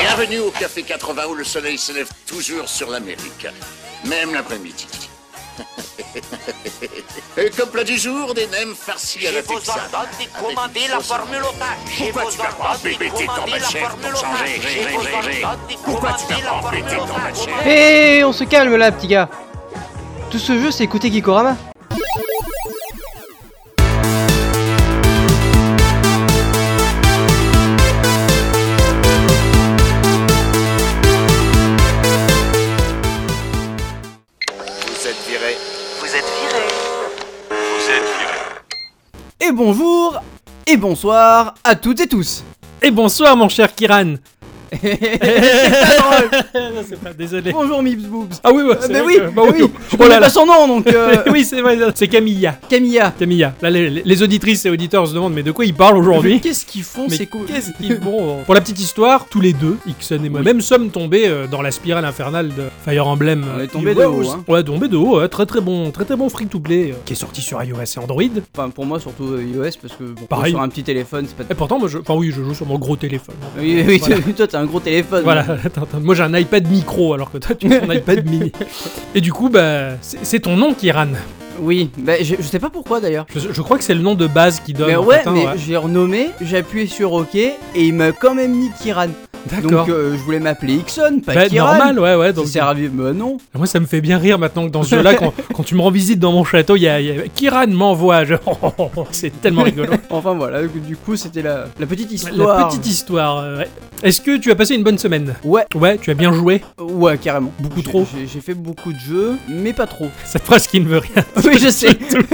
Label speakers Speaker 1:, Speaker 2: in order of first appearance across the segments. Speaker 1: Bienvenue au Café 80 où le soleil se lève toujours sur l'Amérique, même l'après-midi. Et comme plat du jour, des nems farcis à
Speaker 2: J'ai
Speaker 1: la
Speaker 2: vos
Speaker 1: texane.
Speaker 2: ordonnes de
Speaker 1: Avec
Speaker 2: commander
Speaker 1: une
Speaker 2: la
Speaker 1: sauce
Speaker 2: formule au pain. J'ai vos
Speaker 1: Pourquoi tu vas pas
Speaker 2: ordonnes de
Speaker 1: embêter ton
Speaker 2: commander la
Speaker 1: machette
Speaker 2: formule
Speaker 1: pour
Speaker 2: au pain.
Speaker 1: changer
Speaker 2: J'ai
Speaker 1: J'ai,
Speaker 2: vos
Speaker 1: j'ai, j'ai.
Speaker 2: ordonnes de
Speaker 1: Pourquoi tu
Speaker 2: commander
Speaker 1: vas
Speaker 2: la
Speaker 1: pas
Speaker 2: formule
Speaker 1: embêter
Speaker 2: au
Speaker 1: ton
Speaker 2: pain.
Speaker 1: machette
Speaker 2: Commander-
Speaker 3: Hé, on se calme là, petit gars. Tout ce jeu, c'est écouter Gikorama.
Speaker 1: Vous êtes viré.
Speaker 3: Et bonjour, et bonsoir à toutes et tous.
Speaker 4: Et bonsoir mon cher Kiran
Speaker 3: Drôle.
Speaker 4: Non, c'est pas, désolé.
Speaker 3: bonjour Mips Boobs.
Speaker 4: Ah oui, bah, c'est
Speaker 3: Mais
Speaker 4: vrai
Speaker 3: oui,
Speaker 4: que- bah
Speaker 3: je
Speaker 4: oui.
Speaker 3: connais
Speaker 4: Oh là
Speaker 3: pas
Speaker 4: là.
Speaker 3: son nom donc. euh,
Speaker 4: oui, c'est vrai, c'est Camilla.
Speaker 3: Camilla.
Speaker 4: Camilla. Là, les, les auditrices et auditeurs se demandent mais de quoi ils parlent aujourd'hui
Speaker 3: Qu'est-ce qu'ils font
Speaker 4: Mais
Speaker 3: ces co-
Speaker 4: qu'est-ce qu'ils vont Pour la petite histoire, tous les deux, Ixon et moi-même, sommes tombés euh, dans la spirale infernale de Fire Emblem.
Speaker 3: On est
Speaker 4: euh,
Speaker 3: tombés
Speaker 4: Heroes.
Speaker 3: de haut, hein.
Speaker 4: Ouais, tombés de haut. ouais. Très très bon, très très bon free-to-play euh, qui est sorti sur iOS et Android. Et
Speaker 3: Enfin, pour moi surtout euh, iOS parce que bon,
Speaker 4: Pareil.
Speaker 3: sur un petit téléphone c'est pas.
Speaker 4: pourtant, moi, je... enfin oui, je joue sur mon gros téléphone.
Speaker 3: Oui, oui,
Speaker 4: Voilà.
Speaker 3: toi t'as un gros téléphone.
Speaker 4: Voilà, attends, attends, moi j'ai un iPad micro alors que toi tu as un iPad mini. Et du coup, bah, c'est c'est ton nom, Kiran.
Speaker 3: Oui, bah, je, je sais pas pourquoi d'ailleurs.
Speaker 4: Je, je crois que c'est le nom de base qui donne.
Speaker 3: Mais
Speaker 4: en
Speaker 3: ouais,
Speaker 4: fait, hein,
Speaker 3: mais
Speaker 4: ouais.
Speaker 3: j'ai renommé, j'ai appuyé sur OK et il m'a quand même mis Kiran.
Speaker 4: D'accord.
Speaker 3: Donc euh, je voulais m'appeler Ixon, pas
Speaker 4: Bah,
Speaker 3: Kiran.
Speaker 4: normal, ouais, ouais.
Speaker 3: Ça
Speaker 4: Donc,
Speaker 3: sert à vivre, mais non.
Speaker 4: Moi, ça me fait bien rire maintenant que dans ce jeu-là, quand, quand tu me rends visite dans mon château, il y a, il y a- Kiran m'envoie. je- C'est tellement rigolo.
Speaker 3: Enfin voilà, du coup c'était la, la petite histoire.
Speaker 4: La petite histoire. euh, ouais. Est-ce que tu as passé une bonne semaine
Speaker 3: Ouais,
Speaker 4: Ouais, tu as bien joué.
Speaker 3: ouais, carrément.
Speaker 4: Beaucoup
Speaker 3: J'ai-
Speaker 4: trop.
Speaker 3: J'ai j'ai fait beaucoup de jeux, mais pas trop.
Speaker 4: Cette phrase qui ne veut rien.
Speaker 3: oui, je sais.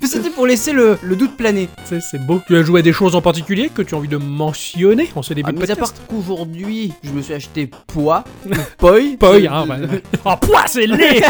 Speaker 3: mais c'était pour laisser le, le doute planer.
Speaker 4: C'est c'est beau. Tu as joué à des choses en particulier que tu as envie de mentionner en ce début
Speaker 3: Ah,
Speaker 4: de
Speaker 3: mis à
Speaker 4: podcast
Speaker 3: part qu'aujourd'hui, je me suis acheté Euh, Poi. Poi.
Speaker 4: Poi, hein, ouais, ouais. Oh, pouah, c'est laid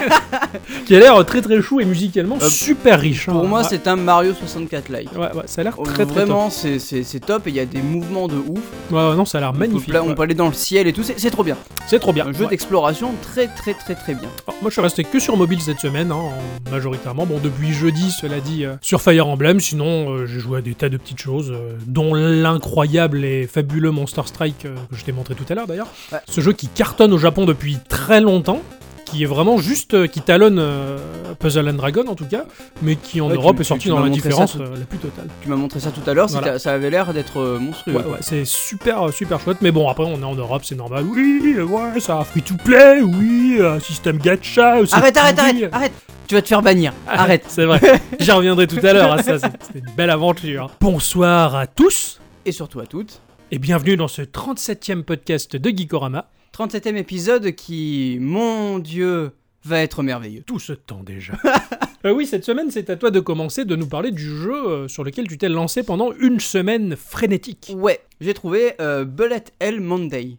Speaker 4: Qui a l'air très très chou et musicalement
Speaker 3: Euh,
Speaker 4: super riche. hein.
Speaker 3: Pour moi,
Speaker 4: Ouais.
Speaker 3: c'est un Mario 64 Lite.
Speaker 4: Ouais, ouais, ça a l'air
Speaker 3: Oh,
Speaker 4: très très
Speaker 3: Vraiment, c'est- c'est c'est top et il y a des mouvements de ouf.
Speaker 4: top. Ouais, ouais, non, ça a l'air magnifique.
Speaker 3: On peut, on
Speaker 4: ouais.
Speaker 3: peut aller dans le ciel et tout, c'est c'est trop bien.
Speaker 4: C'est trop bien.
Speaker 3: Un jeu
Speaker 4: Ouais.
Speaker 3: d'exploration très très très très bien.
Speaker 4: Alors, moi, je suis resté que sur mobile cette semaine, hein, en- majoritairement. Bon, depuis jeudi, cela dit, euh, sur Fire Emblem. Sinon, euh, j'ai joué à des tas de petites choses, euh, dont l'incroyable et fabuleux Monster Strike euh, que je t'ai montré tout à l'heure, d'ailleurs.
Speaker 3: Ouais.
Speaker 4: Ce jeu qui cartonne au Japon depuis très longtemps. Qui est vraiment juste, euh, qui talonne euh, Puzzle and Dragon en tout cas, mais qui en
Speaker 3: Ouais, tu-
Speaker 4: Europe
Speaker 3: tu-
Speaker 4: est sorti
Speaker 3: tu
Speaker 4: dans
Speaker 3: m'as
Speaker 4: la
Speaker 3: montré ça
Speaker 4: différence
Speaker 3: tout-
Speaker 4: euh, la plus totale.
Speaker 3: Tu m'as montré ça tout à l'heure, c'était-
Speaker 4: Voilà.
Speaker 3: ça avait l'air d'être euh, monstrueux.
Speaker 4: Ouais, ouais, c'est super, euh, super chouette. Mais bon, après, on est en Europe, c'est normal. Oui, euh, ouais, ça a free to play, oui, euh, système gacha. euh, c'est
Speaker 3: Arrête, arrête,
Speaker 4: pourri.
Speaker 3: arrête, arrête Tu vas te faire bannir, arrête
Speaker 4: Ah, C'est vrai. J'y reviendrai tout à l'heure. hein, ça, c'est- c'était une belle aventure. Bonsoir à tous
Speaker 3: Et surtout à toutes,
Speaker 4: et bienvenue dans ce 37e podcast de Geekorama.
Speaker 3: 37ème épisode qui, mon dieu, va être merveilleux.
Speaker 4: Tout ce temps déjà. Euh, oui, cette semaine, c'est à toi de commencer de nous parler du jeu euh, sur lequel tu t'es lancé pendant une semaine frénétique.
Speaker 3: Ouais, j'ai trouvé euh, Bullet Hell Monday.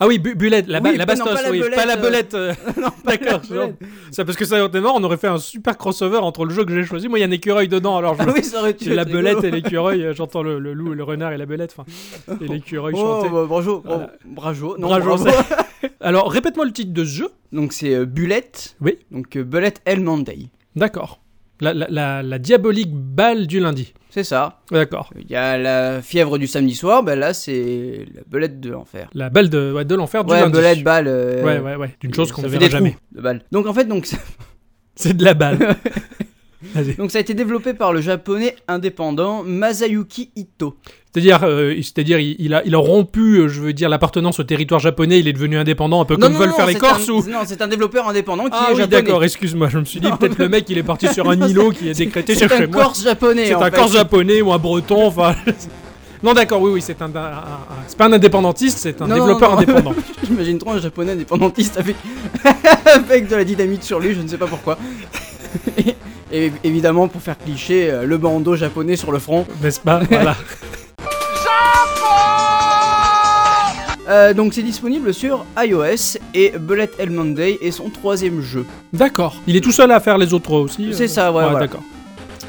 Speaker 4: Ah oui, bu- Bullet, la, ba-
Speaker 3: Oui,
Speaker 4: la
Speaker 3: non,
Speaker 4: bastos,
Speaker 3: pas la
Speaker 4: oui,
Speaker 3: belette,
Speaker 4: pas la
Speaker 3: euh.
Speaker 4: belette. euh,
Speaker 3: non, pas
Speaker 4: D'accord,
Speaker 3: la Bullet.
Speaker 4: c'est parce que ça, honnêtement, on aurait fait un super crossover entre le jeu que j'ai choisi. Moi, il y a un écureuil dedans, alors je.
Speaker 3: Ah oui, ça aurait dû
Speaker 4: La
Speaker 3: être
Speaker 4: belette
Speaker 3: rigolo.
Speaker 4: et l'écureuil, euh, j'entends le, le loup et le renard et la belette, enfin, et l'écureuil
Speaker 3: Oh,
Speaker 4: chanter.
Speaker 3: bah, bonjour,
Speaker 4: Voilà.
Speaker 3: oh, brajo, non,
Speaker 4: Brajo,
Speaker 3: bravo.
Speaker 4: Alors, répète-moi le titre de ce jeu.
Speaker 3: Donc c'est euh, Bullet,
Speaker 4: Oui.
Speaker 3: donc euh, Bullet Hell Monday.
Speaker 4: D'accord. La, la- la- la diabolique balle du lundi.
Speaker 3: C'est ça.
Speaker 4: D'accord.
Speaker 3: Il y a la fièvre du samedi soir, bah là c'est la belette de l'enfer.
Speaker 4: La balle de, ouais, de l'enfer du
Speaker 3: Ouais,
Speaker 4: lundi.
Speaker 3: belette, balle. euh,
Speaker 4: Ouais, ouais, ouais. D'une chose
Speaker 3: ça
Speaker 4: qu'on
Speaker 3: fait
Speaker 4: ne
Speaker 3: des
Speaker 4: verra
Speaker 3: trous
Speaker 4: jamais.
Speaker 3: de balles. Donc en fait, donc, ça-
Speaker 4: C'est de la balle. Vas-y.
Speaker 3: donc ça a été développé par le japonais indépendant Masayuki Ito.
Speaker 4: C'est-à-dire, euh, c'est-à-dire, il, il a, il a rompu, euh, je veux dire, l'appartenance au territoire japonais. Il est devenu indépendant, un peu comme veulent faire les
Speaker 3: c'est
Speaker 4: Corses
Speaker 3: un-
Speaker 4: ou.
Speaker 3: Non, c'est un développeur indépendant qui
Speaker 4: Ah
Speaker 3: est
Speaker 4: oui,
Speaker 3: japonais.
Speaker 4: d'accord. Excuse-moi, je me suis dit
Speaker 3: Non,
Speaker 4: peut-être le mec, il est parti sur un
Speaker 3: Non,
Speaker 4: îlot qui est décrété
Speaker 3: C'est
Speaker 4: sur
Speaker 3: un
Speaker 4: chez moi.
Speaker 3: Corse japonais.
Speaker 4: C'est
Speaker 3: en
Speaker 4: un
Speaker 3: fait.
Speaker 4: Corse japonais ou un Breton. Enfin. Non, d'accord. Oui, oui, c'est un, un- un- un- c'est pas un indépendantiste, c'est un
Speaker 3: Non, non,
Speaker 4: développeur
Speaker 3: non.
Speaker 4: indépendant.
Speaker 3: J'imagine trop un japonais indépendantiste avec... avec de la dynamite sur lui, je ne sais pas pourquoi. Et- Et évidemment, pour faire cliché, euh, le bandeau japonais sur le front.
Speaker 4: N'est-ce pas Voilà.
Speaker 3: Euh, donc, c'est disponible sur iOS et Bullet Hell Monday est son troisième jeu.
Speaker 4: D'accord. Il est tout seul à faire les autres aussi. euh
Speaker 3: C'est ça, ouais,
Speaker 4: Ouais,
Speaker 3: voilà.
Speaker 4: d'accord.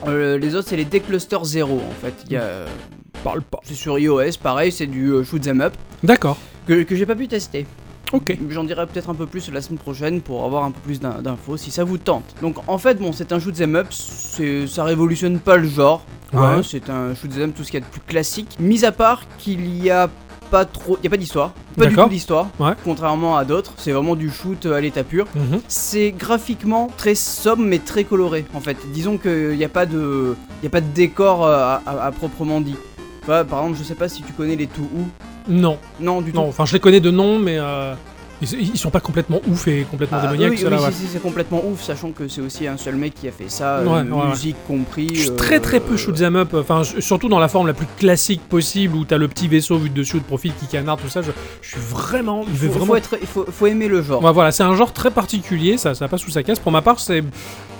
Speaker 3: Euh, les autres, c'est les Decluster 0 en fait. Il y a, euh,
Speaker 4: Parle pas.
Speaker 3: c'est sur iOS, pareil, c'est du euh, shoot 'em up
Speaker 4: D'accord.
Speaker 3: que, que j'ai pas pu tester.
Speaker 4: Ok.
Speaker 3: J'en dirai peut-être un peu plus la semaine prochaine pour avoir un peu plus d'in- d'infos si ça vous tente. Donc en fait, bon, c'est un shoot 'em up, c'est- ça révolutionne pas le genre. hein,
Speaker 4: Ouais.
Speaker 3: c'est un shoot 'em up tout ce qu'il y a de plus classique, mis à part qu'il y a pas trop, il y a pas d'histoire. pas du
Speaker 4: D'accord.
Speaker 3: tout d'histoire,
Speaker 4: Ouais.
Speaker 3: contrairement à d'autres. C'est vraiment du shoot euh, à l'état pur.
Speaker 4: Mhm.
Speaker 3: C'est graphiquement très sobre mais très coloré en fait. Disons qu'il n'y a, pas de- y a pas de décor euh, à, à- à proprement dit. Tu vois, par exemple, je sais pas si tu connais les tout ou.
Speaker 4: Non,
Speaker 3: Non, du tout.
Speaker 4: non, enfin je les connais de nom, mais euh, ils, ils sont pas complètement ouf et complètement
Speaker 3: Ah,
Speaker 4: démoniaques.
Speaker 3: oui,
Speaker 4: ceux-là,
Speaker 3: oui,
Speaker 4: ouais.
Speaker 3: si, si, c'est complètement ouf, sachant que c'est aussi un seul mec qui a fait ça, euh,
Speaker 4: Ouais, ouais, ouais.
Speaker 3: musique compris.
Speaker 4: Je suis
Speaker 3: euh,
Speaker 4: très très peu shoot 'em up, enfin s- surtout dans la forme la plus classique possible où t'as le petit vaisseau vu de dessus de profil qui canarde tout ça. Je, je suis vraiment, il veut
Speaker 3: Faut,
Speaker 4: vraiment.
Speaker 3: faut être, il faut, faut aimer le genre.
Speaker 4: Ouais, voilà, c'est un genre très particulier, ça, ça passe sous sa caisse. Pour ma part, c'est,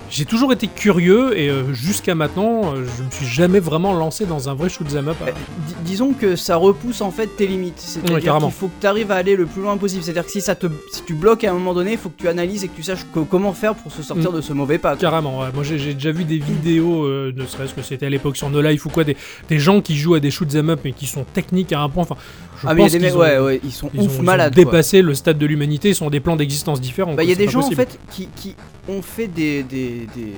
Speaker 4: j'ai toujours été curieux et euh, jusqu'à maintenant, euh, je me suis jamais vraiment lancé dans un vrai shoot 'em up.
Speaker 3: Euh, di- disons que ça repousse en fait tes limites.
Speaker 4: Ouais,
Speaker 3: C'est-à-dire
Speaker 4: carrément.
Speaker 3: qu'il faut que tu arrives à aller le plus loin possible. C'est-à-dire que si, ça te, si tu bloques à un moment donné, il faut que tu analyses et que tu saches co- comment faire pour se sortir
Speaker 4: Mm.
Speaker 3: de ce mauvais pas. quoi.
Speaker 4: Carrément, ouais. moi j'ai j'ai déjà vu des vidéos, euh, ne serait-ce que c'était à l'époque sur No Life ou quoi, des, des gens qui jouent à des shoot 'em up mais qui sont techniques à un point. Enfin, je
Speaker 3: Ah mais il y a
Speaker 4: pense
Speaker 3: des mecs,
Speaker 4: qu'ils ont,
Speaker 3: ouais, ouais, ils sont
Speaker 4: ils ont-
Speaker 3: ouf
Speaker 4: ils ont
Speaker 3: malades. quoi.
Speaker 4: dépassé le stade de l'humanité, ils sont des plans d'existence différents.
Speaker 3: Bah,
Speaker 4: quoi,
Speaker 3: il y a
Speaker 4: c'est
Speaker 3: des
Speaker 4: pas
Speaker 3: gens en
Speaker 4: possible.
Speaker 3: fait qui, qui ont fait des, des, des,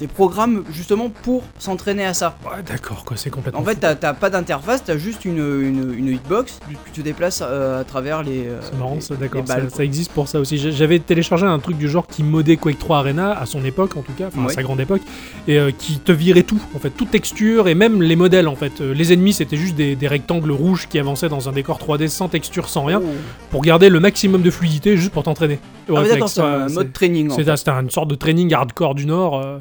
Speaker 3: des programmes justement pour s'entraîner à ça.
Speaker 4: Ouais, d'accord, quoi, c'est complètement.
Speaker 3: En fait, t'as t'as pas d'interface, t'as juste une, une, une hitbox, tu- tu te déplaces euh, à travers les. euh,
Speaker 4: C'est marrant,
Speaker 3: les-
Speaker 4: ça, d'accord.
Speaker 3: les
Speaker 4: Ça,
Speaker 3: balles,
Speaker 4: ça
Speaker 3: quoi.
Speaker 4: existe pour ça aussi. J'ai- J'avais téléchargé un truc du genre qui modait Quake 3 Arena à son époque, en tout cas, enfin à
Speaker 3: Ouais.
Speaker 4: sa grande époque, et euh, qui te virait tout, en fait, toute texture et même les modèles, en fait. Euh, Les ennemis, c'était juste des, des rectangles rouges qui avançaient dans un décor 3D sans texture, sans rien,
Speaker 3: Oh.
Speaker 4: pour garder le maximum de fluidité juste pour t'entraîner. Au
Speaker 3: Ah, mais d'accord,
Speaker 4: réflexe,
Speaker 3: c'est un
Speaker 4: ouais,
Speaker 3: mode training. en
Speaker 4: c'est-
Speaker 3: fait.
Speaker 4: C'était une sorte de training hardcore du Nord. euh.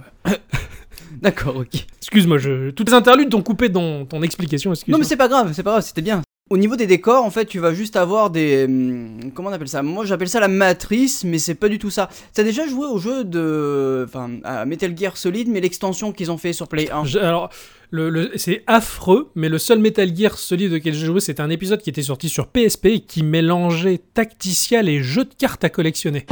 Speaker 3: D'accord, ok.
Speaker 4: Excuse-moi, je... toutes les interludes t'ont coupé dans ton explication.
Speaker 3: Non
Speaker 4: Excuse-moi.
Speaker 3: mais c'est pas grave, c'est pas grave, c'était bien. Au niveau des décors, en fait, tu vas juste avoir des hum, comment on appelle ça Moi, j'appelle ça la matrice, mais c'est pas du tout ça. T'as déjà joué au jeu de enfin à Metal Gear Solid, mais l'extension qu'ils ont fait sur Play 1.
Speaker 4: Je- alors, le, le- c'est affreux, mais le seul Metal Gear solide auquel j'ai joué, c'était un épisode qui était sorti sur PSP et qui mélangeait tacticiel et jeux de cartes à collectionner.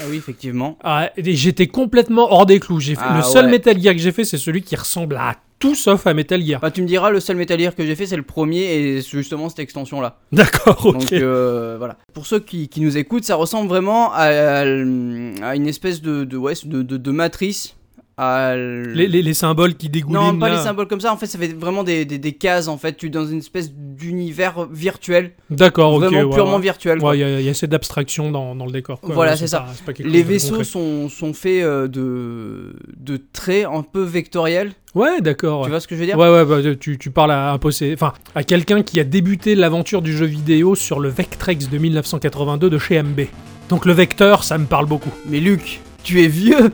Speaker 3: Ah oui, effectivement.
Speaker 4: Ah, et j'étais complètement hors des clous. J'ai fait-
Speaker 3: Ah
Speaker 4: le seul
Speaker 3: ouais.
Speaker 4: Metal Gear que j'ai fait, c'est celui qui ressemble à tout sauf à Metal Gear.
Speaker 3: Bah, tu me diras, le seul Metal Gear que j'ai fait, c'est le premier et c'est justement cette extension là.
Speaker 4: D'accord, ok.
Speaker 3: Donc euh, voilà. Pour ceux qui, qui nous écoutent, ça ressemble vraiment à, à l- à une espèce de de, ouais, de, de- de matrice. À l-
Speaker 4: les, les- les symboles qui dégoulinent.
Speaker 3: Non, pas
Speaker 4: là.
Speaker 3: les symboles comme ça. En fait, ça fait vraiment des, des, des cases. En fait, tu es dans une espèce d'univers virtuel,
Speaker 4: D'accord, Ah, ok.
Speaker 3: vraiment
Speaker 4: ouais,
Speaker 3: purement
Speaker 4: ouais.
Speaker 3: virtuel. quoi.
Speaker 4: Ouais, Il y a- il y, a assez d'abstraction dans, dans le décor. quoi.
Speaker 3: Voilà,
Speaker 4: Ouais,
Speaker 3: c'est ça.
Speaker 4: pas- pas quelque
Speaker 3: Les
Speaker 4: chose de
Speaker 3: vaisseaux
Speaker 4: concret.
Speaker 3: sont, sont faits euh, de, de traits un peu vectoriels.
Speaker 4: Ouais, d'accord. ouais.
Speaker 3: Tu vois ce que je veux dire
Speaker 4: Ouais, ouais, bah, tu, tu parles à un possé... enfin, à quelqu'un qui a débuté l'aventure du jeu vidéo sur le Vectrex de 1982 de chez MB. Donc le vecteur, ça me parle beaucoup.
Speaker 3: Mais Luc, tu es vieux.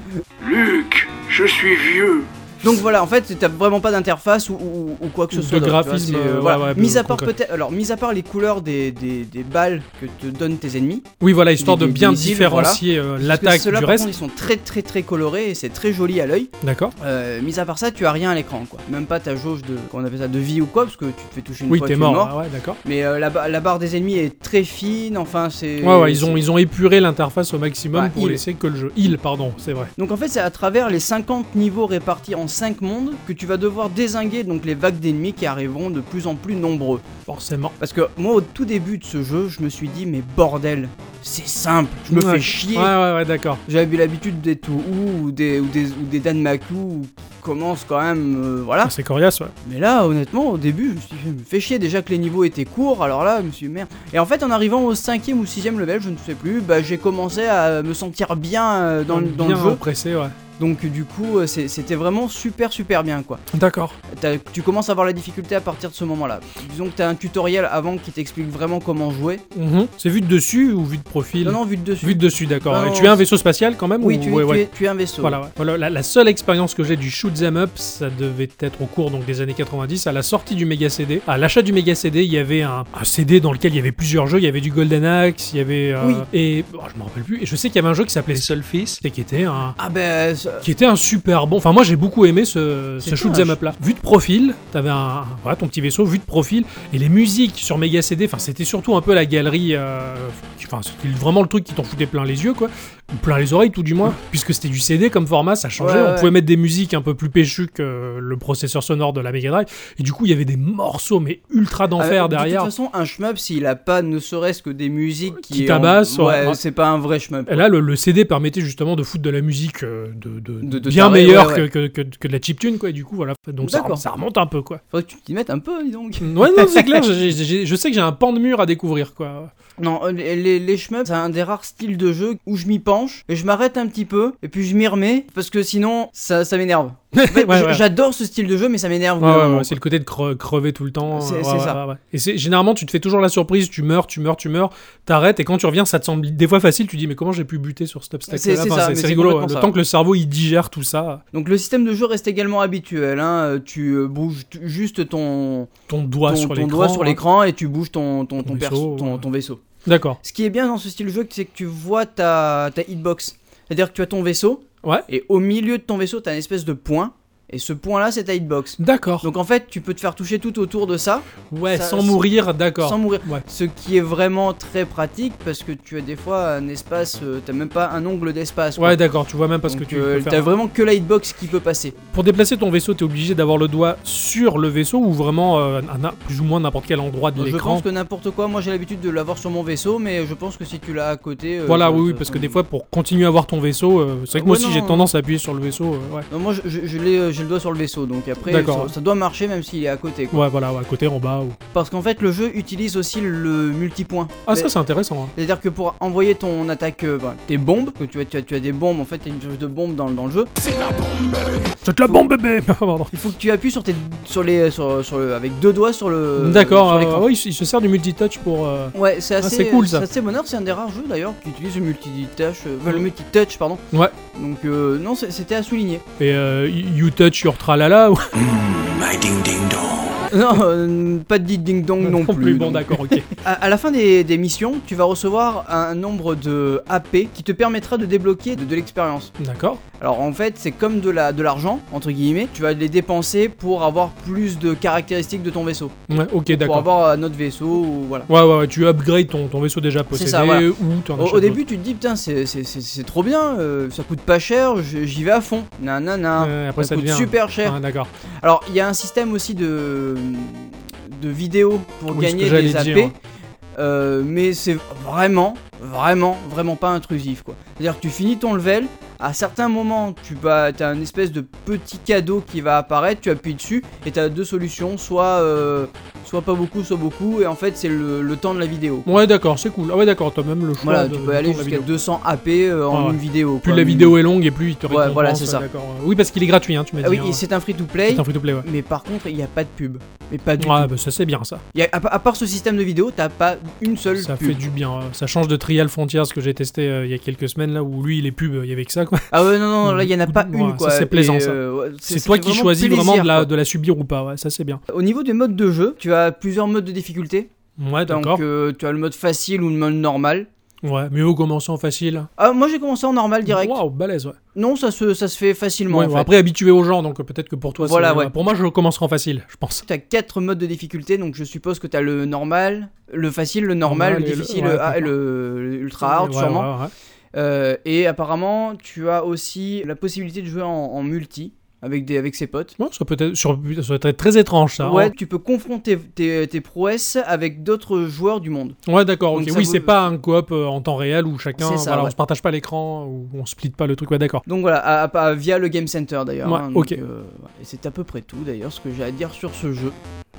Speaker 2: Luc, je suis vieux.
Speaker 3: Donc voilà, en fait, t'as vraiment pas d'interface ou, ou- ou quoi que ce
Speaker 4: De
Speaker 3: soit. d'autre, tu vois,
Speaker 4: graphisme,
Speaker 3: c'est,
Speaker 4: euh, ouais,
Speaker 3: voilà.
Speaker 4: ouais,
Speaker 3: mis à
Speaker 4: de
Speaker 3: part
Speaker 4: concret.
Speaker 3: peut-être, alors mis à part les couleurs des, des, des balles que te donnent tes ennemis.
Speaker 4: Oui, voilà, histoire
Speaker 3: Des-
Speaker 4: de
Speaker 3: des
Speaker 4: bien
Speaker 3: missiles,
Speaker 4: différencier euh,
Speaker 3: parce que
Speaker 4: l'attaque
Speaker 3: Ceux-là,
Speaker 4: du
Speaker 3: par
Speaker 4: reste.
Speaker 3: contre, ils sont très très très colorés et c'est très joli à l'œil.
Speaker 4: D'accord.
Speaker 3: Euh, mis à part ça, tu as rien à l'écran, quoi. Même pas ta jauge de, qu'on appelle ça, de vie ou quoi, parce que tu te fais toucher une
Speaker 4: Oui,
Speaker 3: fois,
Speaker 4: t'es
Speaker 3: tu es
Speaker 4: mort. ah ouais, d'accord.
Speaker 3: Mais euh, la, ba- la barre des ennemis est très fine, enfin c'est.
Speaker 4: Ouais, ouais, ils ont, ils ont épuré l'interface au maximum
Speaker 3: Ouais,
Speaker 4: pour
Speaker 3: Bah, il.
Speaker 4: laisser que le jeu. Il, pardon, c'est vrai.
Speaker 3: Donc en fait, c'est à travers les 50 niveaux répartis en 5 mondes que tu vas devoir désinguer donc les vagues d'ennemis qui arriveront de plus en plus nombreux.
Speaker 4: Forcément.
Speaker 3: Parce que moi, au tout début de ce jeu, je me suis dit, mais bordel, c'est simple, je me
Speaker 4: Ouais.
Speaker 3: fais chier.
Speaker 4: Ouais, ouais, ouais, d'accord.
Speaker 3: J'avais l'habitude des Touhou ou des, ou des, ou des Dan Makou qui commencent quand même. euh, voilà.
Speaker 4: Ah, C'est coriace, ouais.
Speaker 3: Mais là, honnêtement, au début, je me suis fait, me fait chier déjà que les niveaux étaient courts, alors là, je me suis dit, merde. Et en fait, en arrivant au cinquième ou sixième level, je ne sais plus, bah, j'ai commencé à me sentir bien euh, dans, le- dans
Speaker 4: bien
Speaker 3: le jeu.
Speaker 4: pressé, ouais.
Speaker 3: Donc, du coup, euh, c'est- c'était vraiment super, super bien, quoi.
Speaker 4: D'accord.
Speaker 3: T'as- Tu commences à avoir la difficulté à partir de ce moment-là. Disons que t'as un tutoriel avant qui t'explique vraiment comment jouer.
Speaker 4: Mhm. C'est vu de dessus ou vu de profil
Speaker 3: Non, non, vu de dessus.
Speaker 4: Vu de dessus, d'accord.
Speaker 3: Ah,
Speaker 4: Et
Speaker 3: non,
Speaker 4: tu es un
Speaker 3: c'est-
Speaker 4: vaisseau spatial quand même
Speaker 3: Oui,
Speaker 4: ou-
Speaker 3: tu, es-
Speaker 4: ouais,
Speaker 3: tu
Speaker 4: ouais.
Speaker 3: es, tu es un vaisseau.
Speaker 4: Voilà, ouais. Voilà, la, la seule expérience que j'ai du shoot 'em up, ça devait être au cours donc des années 90, à la sortie du Mega CD. À l'achat du Mega CD, il y avait un, un CD dans lequel il y avait plusieurs jeux. Il y avait du Golden Axe, il y avait euh,
Speaker 3: Oui.
Speaker 4: et oh, je me rappelle plus. Et je sais qu'il y avait un jeu qui s'appelait Solfice et qui était un
Speaker 3: Ah ben, ça-
Speaker 4: qui était un super bon. Enfin, moi j'ai beaucoup aimé ce, ce
Speaker 3: C'est
Speaker 4: shoot
Speaker 3: dommage.
Speaker 4: 'em up là. Vu de profil, t'avais un voilà ton petit vaisseau vu de profil et les musiques sur Mega CD. Enfin, c'était surtout un peu la galerie. euh, qui- Enfin, c'était vraiment le truc qui t'en foutait plein les yeux quoi. plein les oreilles tout du moins, puisque c'était du CD comme format, ça changeait,
Speaker 3: Ouais,
Speaker 4: on
Speaker 3: ouais.
Speaker 4: pouvait mettre des musiques un peu plus péchues que le processeur sonore de la Mega Drive, et du coup il y avait des morceaux mais ultra d'enfer
Speaker 3: Ah, De
Speaker 4: derrière.
Speaker 3: toute façon, un shmup, s'il a pas ne serait-ce que des musiques qui.
Speaker 4: Qui
Speaker 3: en-
Speaker 4: tabassent, ouais.
Speaker 3: Ouais, c'est pas un vrai shmup.
Speaker 4: Et là, le, le CD permettait justement de foutre de la musique euh, de, de-
Speaker 3: De- de
Speaker 4: bien
Speaker 3: taré,
Speaker 4: meilleure
Speaker 3: ouais, ouais.
Speaker 4: Que, que- que- que de la chiptune, quoi. Et du coup, voilà. Donc ça,
Speaker 3: D'accord.
Speaker 4: ça remonte un peu, quoi.
Speaker 3: Faudrait que tu t'y mettes un peu, dis donc.
Speaker 4: Ouais, non, c'est clair. j'ai- j'ai- j'ai- je sais que j'ai un pan de mur à découvrir, quoi.
Speaker 3: Non, euh, les, les- les shmups, c'est un des rares styles de jeu où je m'y penche et je m'arrête un petit peu et puis je m'y remets parce que sinon ça, ça m'énerve. En fait,
Speaker 4: Ouais,
Speaker 3: j-
Speaker 4: ouais.
Speaker 3: J'adore ce style de jeu mais ça m'énerve. au bout
Speaker 4: Ouais,
Speaker 3: d'un
Speaker 4: ouais,
Speaker 3: moment,
Speaker 4: ouais, c'est le côté de cre- crever tout le temps.
Speaker 3: C'est-
Speaker 4: ouais,
Speaker 3: c'est
Speaker 4: ouais,
Speaker 3: ça.
Speaker 4: ouais, ouais. Et c'est généralement, tu te fais toujours la surprise. Tu meurs, tu meurs, tu meurs. T'arrêtes et quand tu reviens, ça te semble des fois facile. Tu dis mais comment j'ai pu buter sur cet
Speaker 3: C'est-
Speaker 4: obstacle-là
Speaker 3: c'est
Speaker 4: Enfin,
Speaker 3: ça,
Speaker 4: C'est
Speaker 3: mais
Speaker 4: c'est
Speaker 3: c'est
Speaker 4: rigolo.
Speaker 3: complètement
Speaker 4: Le
Speaker 3: ça.
Speaker 4: temps que le cerveau il digère tout ça,
Speaker 3: quoi. Donc le système de jeu reste également habituel. Hein. euh, Tu euh, bouges t- juste ton,
Speaker 4: ton doigt
Speaker 3: ton-
Speaker 4: sur
Speaker 3: ton
Speaker 4: l'écran.
Speaker 3: doigt sur
Speaker 4: hein.
Speaker 3: l'écran et tu bouges ton, ton,
Speaker 4: Ton
Speaker 3: ton perso-
Speaker 4: vaisseau,
Speaker 3: ton-
Speaker 4: ouais.
Speaker 3: ton vaisseau.
Speaker 4: D'accord.
Speaker 3: Ce qui est bien dans ce style de jeu, c'est que tu vois ta, ta hitbox. C'est-à-dire que tu as ton vaisseau,
Speaker 4: Ouais.
Speaker 3: et au milieu de ton vaisseau, tu as une espèce de point, et ce point-là, c'est ta hitbox.
Speaker 4: D'accord.
Speaker 3: Donc en fait, tu peux te faire toucher tout autour de ça,
Speaker 4: Ouais,
Speaker 3: ça-
Speaker 4: sans mourir, d'accord.
Speaker 3: sans mourir.
Speaker 4: Ouais.
Speaker 3: Ce qui est vraiment très pratique, parce que tu as des fois un espace, euh, t'as même pas un ongle d'espace. quoi.
Speaker 4: Ouais, d'accord. Tu vois même pas ce que
Speaker 3: Donc,
Speaker 4: tu
Speaker 3: euh,
Speaker 4: peux faire.
Speaker 3: T'as vraiment que la hitbox qui peut passer.
Speaker 4: Pour déplacer ton vaisseau, t'es obligé d'avoir le doigt sur le vaisseau ou vraiment euh, un- un- plus ou moins n'importe quel endroit de
Speaker 3: Je
Speaker 4: l'écran.
Speaker 3: pense que n'importe quoi, moi j'ai l'habitude de l'avoir sur mon vaisseau, mais je pense que si tu l'as à côté. euh,
Speaker 4: Voilà,
Speaker 3: ça-
Speaker 4: oui, oui,
Speaker 3: ça-
Speaker 4: parce que
Speaker 3: ça-
Speaker 4: des fois, pour continuer à voir ton vaisseau, euh, c'est vrai que
Speaker 3: Ouais,
Speaker 4: moi aussi j'ai
Speaker 3: non.
Speaker 4: tendance à appuyer sur le vaisseau. euh, ouais.
Speaker 3: Non, moi je, je- je l'ai, euh, j'ai le doigt sur le vaisseau, donc après
Speaker 4: D'accord.
Speaker 3: ça, ça doit marcher même s'il est à côté. quoi.
Speaker 4: ouais, voilà, ouais, à côté, en bas. ou-
Speaker 3: Parce qu'en fait, le jeu utilise aussi le multipoint.
Speaker 4: Ah, ça
Speaker 3: Mais-
Speaker 4: c'est intéressant. hein.
Speaker 3: C'est-à-dire que pour envoyer ton attaque, euh, bah, tes bombes, que tu as, tu, as, tu as des bombes, en fait, tu as une charge de bombes dans, dans le jeu,
Speaker 4: C'est de la bombe, bébé Pardon.
Speaker 3: il faut que tu appuies sur tes, sur les, sur, sur le, avec deux doigts sur le.
Speaker 4: D'accord,
Speaker 3: sur
Speaker 4: euh,
Speaker 3: l'écran.
Speaker 4: ouais, il se- il se sert du multitouch pour. euh,
Speaker 3: Ouais, c'est assez,
Speaker 4: c'est cool, ça.
Speaker 3: C'est assez bonheur, c'est un des rares jeux d'ailleurs qui utilise le multitouch, euh, enfin, le multitouch, pardon.
Speaker 4: Ouais.
Speaker 3: Donc, euh, non, c'est- c'était à souligner.
Speaker 4: Et euh, you touch your tralala ou-
Speaker 3: non, euh, pas de ding dong non plus.
Speaker 4: Bon,
Speaker 3: donc.
Speaker 4: d'accord, ok.
Speaker 3: À, à la fin des, des missions, tu vas recevoir un nombre de AP qui te permettra de débloquer de- de l'expérience.
Speaker 4: D'accord.
Speaker 3: Alors en fait, c'est comme de la de l'argent entre guillemets. Tu vas les dépenser pour avoir plus de caractéristiques de ton vaisseau,
Speaker 4: Ouais, ok,
Speaker 3: pour
Speaker 4: d'accord.
Speaker 3: avoir un autre vaisseau ou voilà.
Speaker 4: Ouais, ouais, ouais, tu upgrades ton, ton vaisseau déjà possédé
Speaker 3: ça, voilà.
Speaker 4: ou t'en
Speaker 3: Au,
Speaker 4: achètes
Speaker 3: au
Speaker 4: d'autres.
Speaker 3: début, tu te dis putain, c'est- c'est c'est- c'est trop bien, euh, ça coûte pas cher, je- j'y vais à fond. Nanana.
Speaker 4: Ouais, Euh, après
Speaker 3: hein. ça,
Speaker 4: ça
Speaker 3: coûte
Speaker 4: devient.
Speaker 3: super cher.
Speaker 4: Ah, d'accord.
Speaker 3: Alors il y a un système aussi de de vidéos pour
Speaker 4: Oui, ce
Speaker 3: gagner
Speaker 4: que j'allais
Speaker 3: des AP.
Speaker 4: dire, ouais.
Speaker 3: euh, mais c'est vraiment, vraiment, vraiment pas intrusif quoi. C'est-à-dire que tu finis ton level, à certains moments tu vas, as un espèce de petit cadeau qui va apparaître, tu appuies dessus et tu as deux solutions, soit, euh, soit pas beaucoup, soit beaucoup, et en fait c'est le, le temps de la vidéo.
Speaker 4: Ouais, d'accord, c'est cool. Ah, ouais, d'accord, t'as même le choix.
Speaker 3: Voilà,
Speaker 4: de-
Speaker 3: tu
Speaker 4: de
Speaker 3: peux aller
Speaker 4: prendre la
Speaker 3: jusqu'à
Speaker 4: vidéo. 200.
Speaker 3: 200 AP euh, en
Speaker 4: Ah ouais.
Speaker 3: une vidéo.
Speaker 4: Plus
Speaker 3: quoi. Ah
Speaker 4: la vidéo est longue et plus il te
Speaker 3: Ouais, voilà,
Speaker 4: récompense,
Speaker 3: c'est ça.
Speaker 4: d'accord. Oui, parce qu'il est gratuit, hein, tu m'as
Speaker 3: Ah
Speaker 4: dit.
Speaker 3: oui,
Speaker 4: hein.
Speaker 3: et c'est un free to play,
Speaker 4: c'est un free-to-play, ouais.
Speaker 3: mais par contre il n'y a pas de pub. Mais pas du
Speaker 4: Ah,
Speaker 3: tout.
Speaker 4: bah ça c'est bien ça.
Speaker 3: Il y a- à, pa- à part ce système de vidéo, t'as pas une seule
Speaker 4: Ça
Speaker 3: pub.
Speaker 4: fait du bien. euh, Ça change de Trial Frontiers que j'ai testé euh, il y a quelques semaines là où lui les pubs euh, il y avait que ça quoi.
Speaker 3: Ah ouais, non, non, là il y en a pas
Speaker 4: Ouais,
Speaker 3: une
Speaker 4: ça,
Speaker 3: quoi.
Speaker 4: c'est
Speaker 3: Et,
Speaker 4: plaisant, ça.
Speaker 3: euh, ouais, c'est-
Speaker 4: C'est
Speaker 3: ça
Speaker 4: toi
Speaker 3: fait
Speaker 4: qui choisis
Speaker 3: plaisir,
Speaker 4: vraiment de la,
Speaker 3: quoi.
Speaker 4: de la subir ou pas, ouais, ça c'est bien.
Speaker 3: Au niveau des modes de jeu, tu as plusieurs modes de difficulté.
Speaker 4: Ouais,
Speaker 3: Donc
Speaker 4: d'accord.
Speaker 3: euh, tu as le mode facile ou le mode normal.
Speaker 4: Ouais, mieux au commençant facile.
Speaker 3: Ah, moi j'ai commencé en normal direct.
Speaker 4: Waouh, balèze, ouais.
Speaker 3: Non, ça se, ça se fait facilement
Speaker 4: Ouais,
Speaker 3: en
Speaker 4: bon,
Speaker 3: fait.
Speaker 4: Après, habitué aux gens, donc euh, peut-être que pour toi,
Speaker 3: Voilà,
Speaker 4: c'est-
Speaker 3: ouais.
Speaker 4: Pour moi, je commencerai en facile, je pense.
Speaker 3: Tu as 4 modes de difficulté, donc je suppose que tu as le normal, le facile, le normal,
Speaker 4: Normal et
Speaker 3: le
Speaker 4: le-
Speaker 3: difficile,
Speaker 4: ouais,
Speaker 3: le, ah, et
Speaker 4: d'accord.
Speaker 3: le, le ultra hard
Speaker 4: Ouais,
Speaker 3: sûrement.
Speaker 4: ouais, ouais.
Speaker 3: Euh, et apparemment, tu as aussi la possibilité de jouer en, en multi avec, des, avec ses potes.
Speaker 4: Ouais, ça peut être sur- ça doit être très étrange ça. hein.
Speaker 3: ouais, tu peux confronter tes, tes prouesses avec d'autres joueurs du monde.
Speaker 4: Ouais, d'accord, ok.
Speaker 3: Donc ça
Speaker 4: Oui,
Speaker 3: vaut-
Speaker 4: c'est pas un coop euh, en temps réel où chacun,
Speaker 3: C'est ça,
Speaker 4: voilà, on
Speaker 3: ouais.
Speaker 4: se partage pas l'écran, où on split pas le truc, ouais, d'accord.
Speaker 3: Donc voilà, à- à- à- via le Game Center d'ailleurs.
Speaker 4: Ouais,
Speaker 3: hein, donc,
Speaker 4: ok.
Speaker 3: euh, et c'est à peu près tout d'ailleurs ce que j'ai à dire sur ce jeu.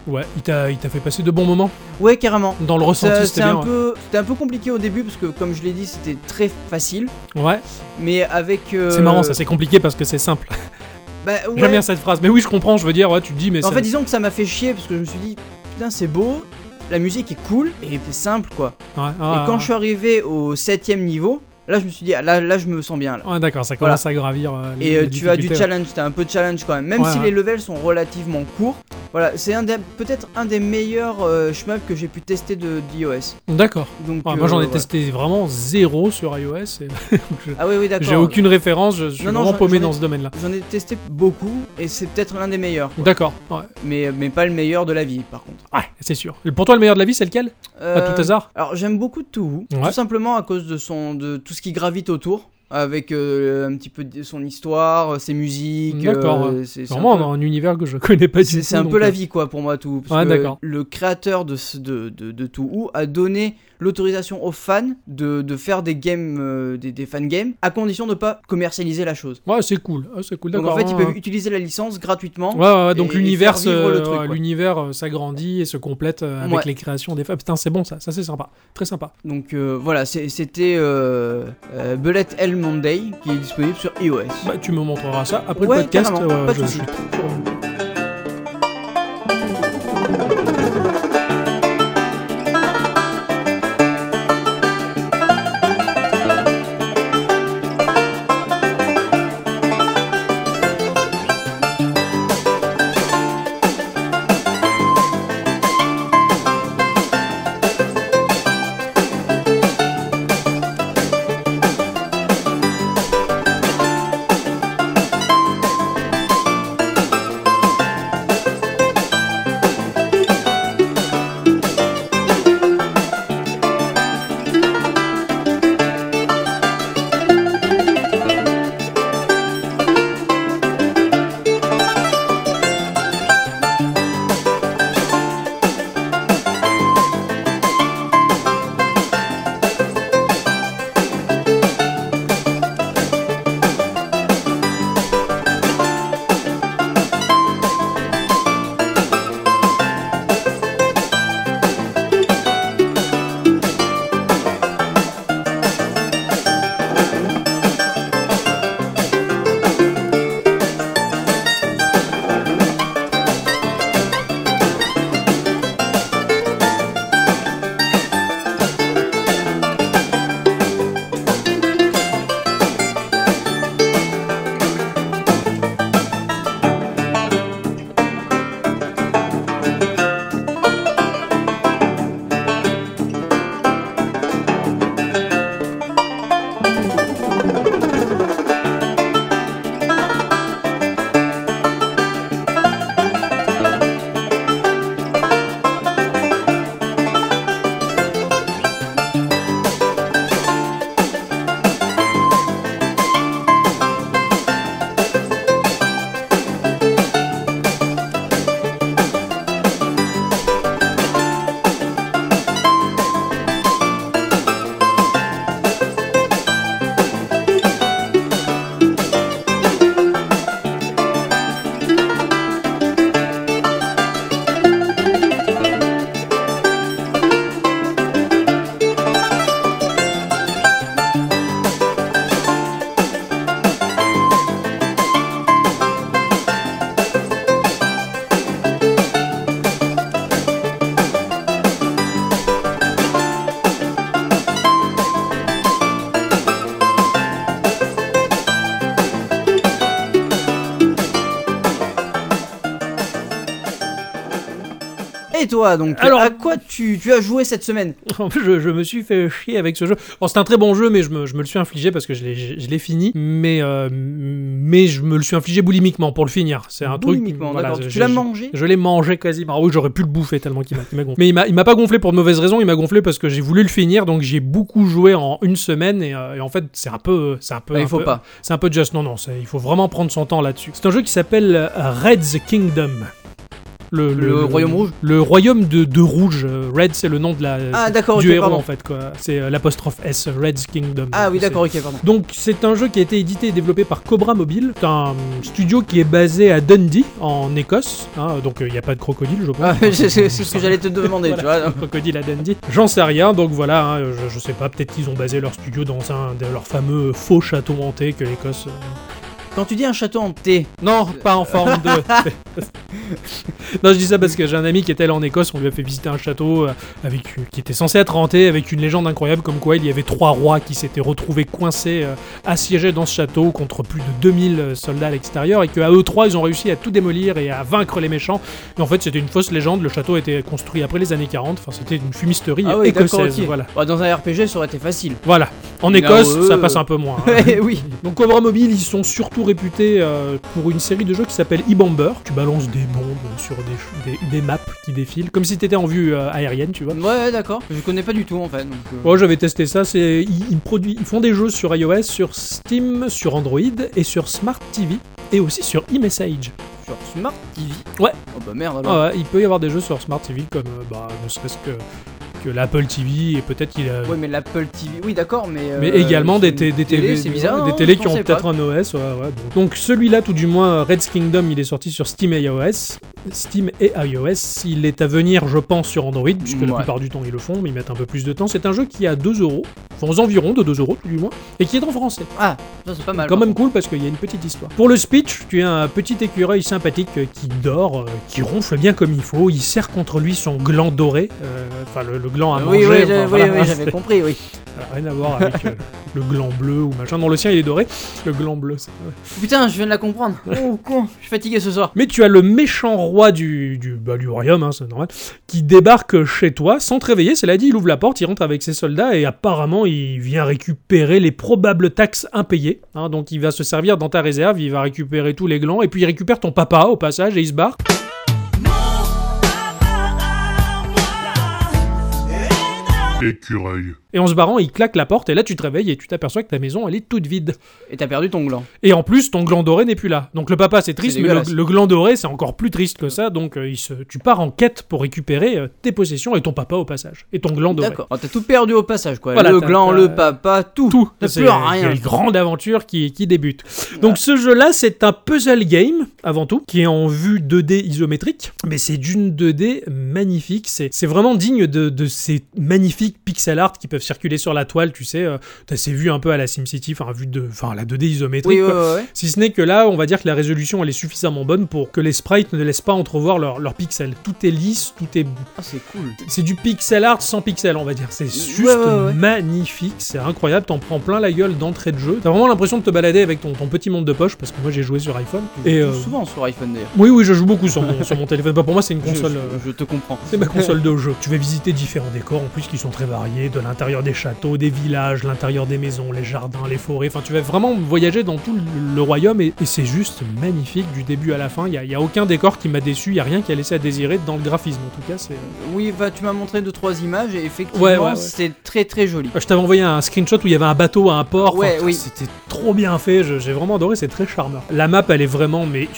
Speaker 4: Ouais, il t'a il t'a fait passer de bons moments
Speaker 3: Ouais, carrément.
Speaker 4: dans le
Speaker 3: Ça-
Speaker 4: ressenti,
Speaker 3: C'est
Speaker 4: c'était
Speaker 3: un
Speaker 4: bien. ouais.
Speaker 3: peu, c'était un peu compliqué au début parce que comme je l'ai dit, c'était très facile,
Speaker 4: Ouais,
Speaker 3: mais avec. euh,
Speaker 4: c'est marrant, ça c'est compliqué parce que c'est simple.
Speaker 3: Bah, ouais.
Speaker 4: J'aime bien cette phrase, mais oui, je comprends, je veux dire, ouais, tu te dis, mais
Speaker 3: En
Speaker 4: ça-
Speaker 3: fait, disons que ça m'a fait chier parce que je me suis dit, putain, c'est beau, la musique est cool et c'est simple quoi.
Speaker 4: Ouais,
Speaker 3: et quand je suis arrivé au septième niveau, là, je me suis dit, ah, là, là, je me sens bien là.
Speaker 4: Ouais, d'accord, ça commence à gravir. euh, les-
Speaker 3: Et euh,
Speaker 4: les
Speaker 3: tu as du
Speaker 4: difficultés,
Speaker 3: challenge, t'as un peu de challenge quand même, même
Speaker 4: Ouais,
Speaker 3: si
Speaker 4: ouais.
Speaker 3: les levels sont relativement courts. Voilà, c'est un des- peut-être un des meilleurs euh, shmups que j'ai pu tester de d'iOS.
Speaker 4: ouais. D'accord.
Speaker 3: Donc
Speaker 4: Ouais, moi, j'en ai
Speaker 3: euh, voilà.
Speaker 4: testé vraiment zéro sur iOS. et
Speaker 3: Ah oui, oui, d'accord.
Speaker 4: J'ai aucune référence, je suis
Speaker 3: Non, non,
Speaker 4: vraiment
Speaker 3: j'en-
Speaker 4: paumé
Speaker 3: j'en ai-
Speaker 4: dans ce domaine-là.
Speaker 3: J'en ai testé beaucoup et c'est peut-être l'un des meilleurs,
Speaker 4: D'accord, ouais,
Speaker 3: mais, euh, mais pas le meilleur de la vie par contre.
Speaker 4: ouais, c'est sûr. Et Pour toi, le meilleur de la vie, c'est lequel À
Speaker 3: Euh,
Speaker 4: Ah, tout hasard
Speaker 3: Alors j'aime beaucoup Touhou,
Speaker 4: Ouais.
Speaker 3: tout simplement à cause de son de tout ce qui gravite autour. avec euh, un petit peu de- son histoire, ses musiques.
Speaker 4: D'accord,
Speaker 3: euh, c'est c'est un
Speaker 4: Vraiment,
Speaker 3: peu-
Speaker 4: dans un univers que je connais pas du
Speaker 3: c'est
Speaker 4: tout.
Speaker 3: c'est un
Speaker 4: donc,
Speaker 3: peu la
Speaker 4: euh,
Speaker 3: vie, quoi, pour moi, tout.
Speaker 4: Ouais,
Speaker 3: Parce que
Speaker 4: d'accord.
Speaker 3: le créateur de, ce- de, de, de Too Who a donné l'autorisation aux fans de, de faire des games, euh, des, des fan games, à condition de pas commercialiser la chose.
Speaker 4: Ouais, c'est cool. Ah, c'est cool,
Speaker 3: Donc
Speaker 4: d'accord.
Speaker 3: en fait, ils
Speaker 4: hein.
Speaker 3: peuvent utiliser la licence gratuitement.
Speaker 4: Ouais, ouais, ouais, donc
Speaker 3: et- et
Speaker 4: l'univers,
Speaker 3: faire vivre le
Speaker 4: se-
Speaker 3: truc,
Speaker 4: ouais,
Speaker 3: ouais.
Speaker 4: l'univers euh, s'agrandit et se complète euh, avec
Speaker 3: Ouais.
Speaker 4: les créations des femmes. Putain, c'est bon ça, ça c'est sympa, très sympa.
Speaker 3: Donc euh, voilà, c'est- c'était euh, euh, Bullet Hell Monday qui est disponible sur iOS.
Speaker 4: Bah, tu me montreras ça après
Speaker 3: Ouais,
Speaker 4: le podcast.
Speaker 3: carrément,
Speaker 4: ouais,
Speaker 3: pas de
Speaker 4: je-
Speaker 3: souci.
Speaker 4: je- je-
Speaker 3: Et toi, donc,
Speaker 4: Alors-
Speaker 3: à quoi tu, tu as joué cette semaine
Speaker 4: En plus, je, je me suis fait chier avec ce jeu. Bon, c'est un très bon jeu, mais je me, je me le suis infligé parce que je l'ai- je je l'ai fini. Mais, euh, mais je me le suis infligé boulimiquement pour le finir. C'est un truc.
Speaker 3: Boulimiquement,
Speaker 4: voilà,
Speaker 3: d'accord.
Speaker 4: j'ai-
Speaker 3: Tu l'as
Speaker 4: j'ai-
Speaker 3: mangé
Speaker 4: Je l'ai mangé quasiment. Ah oui, j'aurais pu le bouffer tellement qu'il m'a- qu'il m'a gonflé. Mais il m'a- il m'a pas gonflé pour de mauvaises raisons, il m'a gonflé parce que j'ai voulu le finir, donc j'ai beaucoup joué en une semaine et, euh, et en fait, c'est un peu. C'est un peu.
Speaker 3: Bah,
Speaker 4: un
Speaker 3: Il faut
Speaker 4: peu-
Speaker 3: pas.
Speaker 4: C'est un peu just. Non, non, c'est- il faut vraiment prendre son temps là-dessus. C'est un jeu qui s'appelle euh, Red's Kingdom.
Speaker 3: Le Royaume Rouge
Speaker 4: Le royaume de, de rouge. Euh, Red, c'est le nom de la,
Speaker 3: Ah, d'accord,
Speaker 4: du
Speaker 3: ok,
Speaker 4: héros
Speaker 3: pardon.
Speaker 4: en fait. quoi. C'est euh, l'apostrophe S, Red's Kingdom.
Speaker 3: Ah oui,
Speaker 4: C'est-
Speaker 3: d'accord, ok, pardon.
Speaker 4: donc c'est un jeu qui a été édité et développé par Cobra Mobile. C'est un studio qui est basé à Dundee en Écosse. hein, donc il n'y a pas de crocodile, je pense.
Speaker 3: Ah, c'est c'est ce que j'allais te demander,
Speaker 4: Voilà.
Speaker 3: tu vois.
Speaker 4: Crocodile à Dundee. J'en sais rien, donc voilà, hein, je, je sais pas, peut-être qu'ils ont basé leur studio dans un de leurs fameux faux châteaux hantés que l'Écosse. euh,
Speaker 3: Quand tu dis un château hanté,
Speaker 4: Non, pas en forme de. non, je dis ça parce que j'ai un ami qui était allé en Écosse, on lui a fait visiter un château euh, avec, qui était censé être hanté, avec une légende incroyable comme quoi il y avait trois rois qui s'étaient retrouvés coincés, euh, assiégés dans ce château contre plus de 2000 euh, soldats à l'extérieur, et qu'à eux trois, ils ont réussi à tout démolir et à vaincre les méchants. Mais en fait, c'était une fausse légende, le château a été construit après les années 40, enfin, c'était une fumisterie
Speaker 3: Ah oui, d'accord,
Speaker 4: écossaise.
Speaker 3: ok.
Speaker 4: Voilà.
Speaker 3: bah, dans un RPG, ça aurait été facile.
Speaker 4: voilà. En
Speaker 3: Mais
Speaker 4: Écosse,
Speaker 3: alors, eux,
Speaker 4: ça passe un peu moins. hein.
Speaker 3: Eh oui.
Speaker 4: Donc Cobra Mobile, ils sont surtout réputés euh, pour une série de jeux qui s'appelle e-Bomber. Tu balances des bombes rondes sur des, des- des maps qui défilent, comme si t'étais en vue euh, aérienne, tu vois.
Speaker 3: Ouais, ouais, d'accord. Je connais pas du tout en fait. donc, euh,
Speaker 4: Ouais, j'avais testé ça. C'est ils, ils produisent, ils font des jeux sur iOS, sur Steam, sur Android et sur Smart TV et aussi sur iMessage.
Speaker 3: Sur Smart TV.
Speaker 4: Ouais.
Speaker 3: Oh bah merde alors.
Speaker 4: Ah ouais, il peut y avoir des jeux sur Smart TV comme euh, bah, ne serait-ce que, que l'Apple TV et peut-être qu'il a.
Speaker 3: Ouais, mais l'Apple TV. Oui, d'accord, mais. euh,
Speaker 4: Mais également des,
Speaker 3: c'est
Speaker 4: té-
Speaker 3: une
Speaker 4: des
Speaker 3: télé,
Speaker 4: télé,
Speaker 3: c'est bizarre,
Speaker 4: des
Speaker 3: non,
Speaker 4: télés
Speaker 3: je
Speaker 4: qui ont
Speaker 3: pensais
Speaker 4: peut-être
Speaker 3: pas.
Speaker 4: un OS. ouais, ouais, bon. Donc celui-là, tout du moins, euh, Red's Kingdom, il est sorti sur Steam et iOS. Steam et iOS, il est à venir, je pense, sur Android, puisque la
Speaker 3: Ouais.
Speaker 4: plupart du temps ils le font, mais ils mettent un peu plus de temps. C'est un jeu qui a 2 euros, enfin aux environs de 2 euros tout du moins, et qui est en français.
Speaker 3: Ah, ça c'est pas mal.
Speaker 4: Quand même cool parce qu'il y a une petite histoire. Pour le speech, tu as un petit écureuil sympathique euh, qui dort, euh, qui ronfle bien comme il faut. Il serre contre lui son gland doré, euh, enfin le, le gland à
Speaker 3: Oui,
Speaker 4: manger.
Speaker 3: oui,
Speaker 4: enfin,
Speaker 3: oui,
Speaker 4: voilà,
Speaker 3: oui,
Speaker 4: hein,
Speaker 3: j'avais compris, oui.
Speaker 4: voilà, rien à voir avec euh, le gland bleu ou machin. Dans le sien, il est doré. Le gland bleu, c'est ouais.
Speaker 3: Putain, je viens de la comprendre. Oh con, je suis fatigué ce soir.
Speaker 4: Mais tu as le méchant roi du, du, bah, du royaume, hein, c'est normal, qui débarque chez toi sans te réveiller. Cela dit, il ouvre la porte, il rentre avec ses soldats et apparemment, il vient récupérer les probables taxes impayées. hein. donc, il va se servir dans ta réserve, il va récupérer tous les glands et puis il récupère ton papa au passage et il se barre.
Speaker 5: Écureuil.
Speaker 4: Et en se barrant, il claque la porte et là, tu te réveilles et tu t'aperçois que ta maison, elle est toute vide.
Speaker 3: Et t'as perdu ton gland.
Speaker 4: Et en plus, ton gland doré n'est plus là. Donc le papa, c'est triste,
Speaker 3: C'est
Speaker 4: mais le,
Speaker 3: dégueulasse.
Speaker 4: le gland doré, c'est encore plus triste que ça. Donc euh, il se, tu pars en quête pour récupérer euh, tes possessions et ton papa au passage. Et ton gland doré.
Speaker 3: D'accord. Oh, t'as tout perdu au passage, quoi.
Speaker 4: Voilà,
Speaker 3: le
Speaker 4: t'as-
Speaker 3: gland,
Speaker 4: t'as-
Speaker 3: le papa, tout.
Speaker 4: Tout,
Speaker 3: T'as
Speaker 4: c'est
Speaker 3: plus rien.
Speaker 4: une grande aventure qui, qui débute. Donc ce jeu-là, c'est un puzzle game avant tout, qui est en vue 2D isométrique, mais c'est d'une 2D magnifique. C'est c'est vraiment digne de, de ces magnifiques pixel art qui peuvent circuler sur la toile, tu sais. euh, T'as ces vues un peu à la SimCity, enfin vue de, enfin à la 2D isométrique.
Speaker 3: Oui, ouais,
Speaker 4: quoi.
Speaker 3: ouais, ouais.
Speaker 4: Si ce n'est que là, on va dire que la résolution elle est suffisamment bonne pour que les sprites ne laissent pas entrevoir leurs leurs pixels. Tout est lisse, tout est.
Speaker 3: Ah, c'est cool.
Speaker 4: C'est du pixel art sans pixel, on va dire. C'est juste
Speaker 3: ouais, ouais.
Speaker 4: magnifique, c'est incroyable. T'en prends plein la gueule d'entrée de jeu. T'as vraiment l'impression de te balader avec ton, ton petit monde de poche parce que moi j'ai joué sur iPhone.
Speaker 3: Tu
Speaker 4: Et
Speaker 3: joues
Speaker 4: euh,
Speaker 3: souvent sur iPhone d'ailleurs.
Speaker 4: oui, oui, je joue beaucoup sur mon, sur mon téléphone. Bah, pour moi, c'est une
Speaker 3: Je-
Speaker 4: console.
Speaker 3: je,
Speaker 4: euh,
Speaker 3: je te comprends.
Speaker 4: c'est ma console de jeu. Tu vas visiter différents décors en plus qui sont très variés, de l'intérieur des châteaux, des villages, l'intérieur des maisons, les jardins, les forêts. Enfin, tu vas vraiment voyager dans tout le, le royaume et, et c'est juste magnifique du début à la fin. Il n'y a, il y a aucun décor qui m'a déçu, il n'y a rien qui a laissé à désirer dans le graphisme. En tout cas, c'est.
Speaker 3: Oui, bah, tu m'as montré deux trois images et effectivement,
Speaker 4: Ouais, ouais, ouais.
Speaker 3: c'est très très joli.
Speaker 4: Je t'avais envoyé un screenshot où il y avait un bateau à un port.
Speaker 3: Ouais,
Speaker 4: putain,
Speaker 3: oui.
Speaker 4: C'était trop bien fait. je- J'ai vraiment adoré. C'est très charmeur. La map, elle est vraiment mais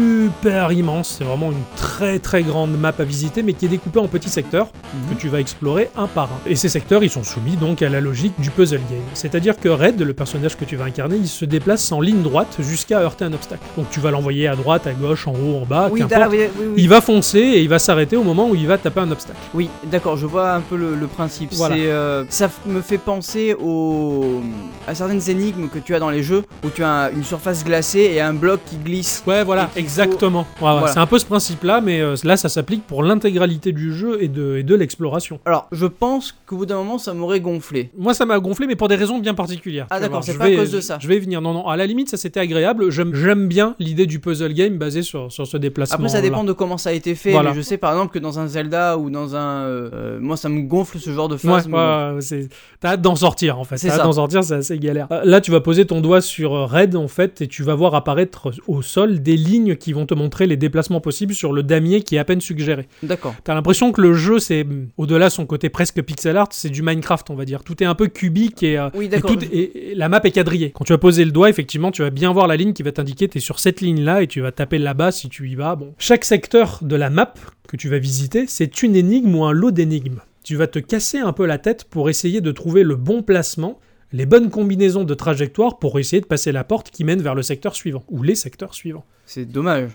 Speaker 4: super immense. C'est vraiment une très très grande map à visiter, mais qui est découpée en petits secteurs
Speaker 3: Mhm.
Speaker 4: que tu vas explorer un par un. Et ces secteurs, ils sont soumis donc à la logique du puzzle game. C'est-à-dire que Red, le personnage que tu vas incarner, il se déplace en ligne droite jusqu'à heurter un obstacle. Donc tu vas l'envoyer à droite, à gauche, en haut, en bas,
Speaker 3: Oui,
Speaker 4: Ah, qu'importe.
Speaker 3: d'accord, oui, oui, oui.
Speaker 4: Il va foncer et il va s'arrêter au moment où il va taper un obstacle.
Speaker 3: Oui, d'accord, je vois un peu le, le principe.
Speaker 4: Voilà.
Speaker 3: C'est, euh, ça f- me fait penser au, à certaines énigmes que tu as dans les jeux où tu as un- une surface glacée et un bloc qui glisse.
Speaker 4: Ouais, voilà,
Speaker 3: Et qu'il faut-
Speaker 4: exactement. Ouais, ouais,
Speaker 3: Voilà.
Speaker 4: C'est un peu ce principe-là, mais euh, là, ça s'applique pour l'intégralité du jeu et de, et de l'exploration.
Speaker 3: Alors, je pense qu'au bout d'un moment, ça m'aurait gonflé.
Speaker 4: Moi, ça m'a gonflé, mais pour des raisons bien particulières.
Speaker 3: Ah,
Speaker 4: Tu vas
Speaker 3: d'accord,
Speaker 4: voir,
Speaker 3: c'est
Speaker 4: je
Speaker 3: pas à
Speaker 4: vais-
Speaker 3: cause de ça.
Speaker 4: Je vais y venir. Non, non, à la limite, ça c'était agréable. J'aime j'aime bien l'idée du puzzle game basé sur, sur ce déplacement.
Speaker 3: Après, ça dépend de comment ça a été fait,
Speaker 4: Voilà.
Speaker 3: mais je sais par exemple que dans un Zelda ou dans un. euh, euh, moi, ça me gonfle ce genre de
Speaker 4: Ouais,
Speaker 3: phase.
Speaker 4: ouais, ouais, c'est- t'as hâte d'en sortir en fait.
Speaker 3: C'est
Speaker 4: T'as hâte
Speaker 3: ça.
Speaker 4: d'en sortir, c'est assez galère. Euh, Là, tu vas poser ton doigt sur euh, Red en fait, et tu vas voir apparaître au sol des lignes qui vont te montrer les déplacements possibles sur le damier qui est à peine suggéré.
Speaker 3: D'accord.
Speaker 4: T'as l'impression que le jeu, c'est au-delà de son côté presque pixel art, c'est du Minecraft, on va dire. Tout est un peu cubique et, euh,
Speaker 3: Oui,
Speaker 4: et,
Speaker 3: d'accord.
Speaker 4: tout- et- et la map est quadrillée. Quand tu vas poser le doigt, effectivement, tu vas bien voir la ligne qui va t'indiquer t'es sur cette ligne-là et tu vas taper là-bas si tu y vas. Bon, chaque secteur de la map que tu vas visiter, c'est une énigme ou un lot d'énigmes. Tu vas te casser un peu la tête pour essayer de trouver le bon placement. Les bonnes combinaisons de trajectoires pour essayer de passer la porte qui mène vers le secteur suivant, ou les secteurs suivants.
Speaker 3: C'est dommage.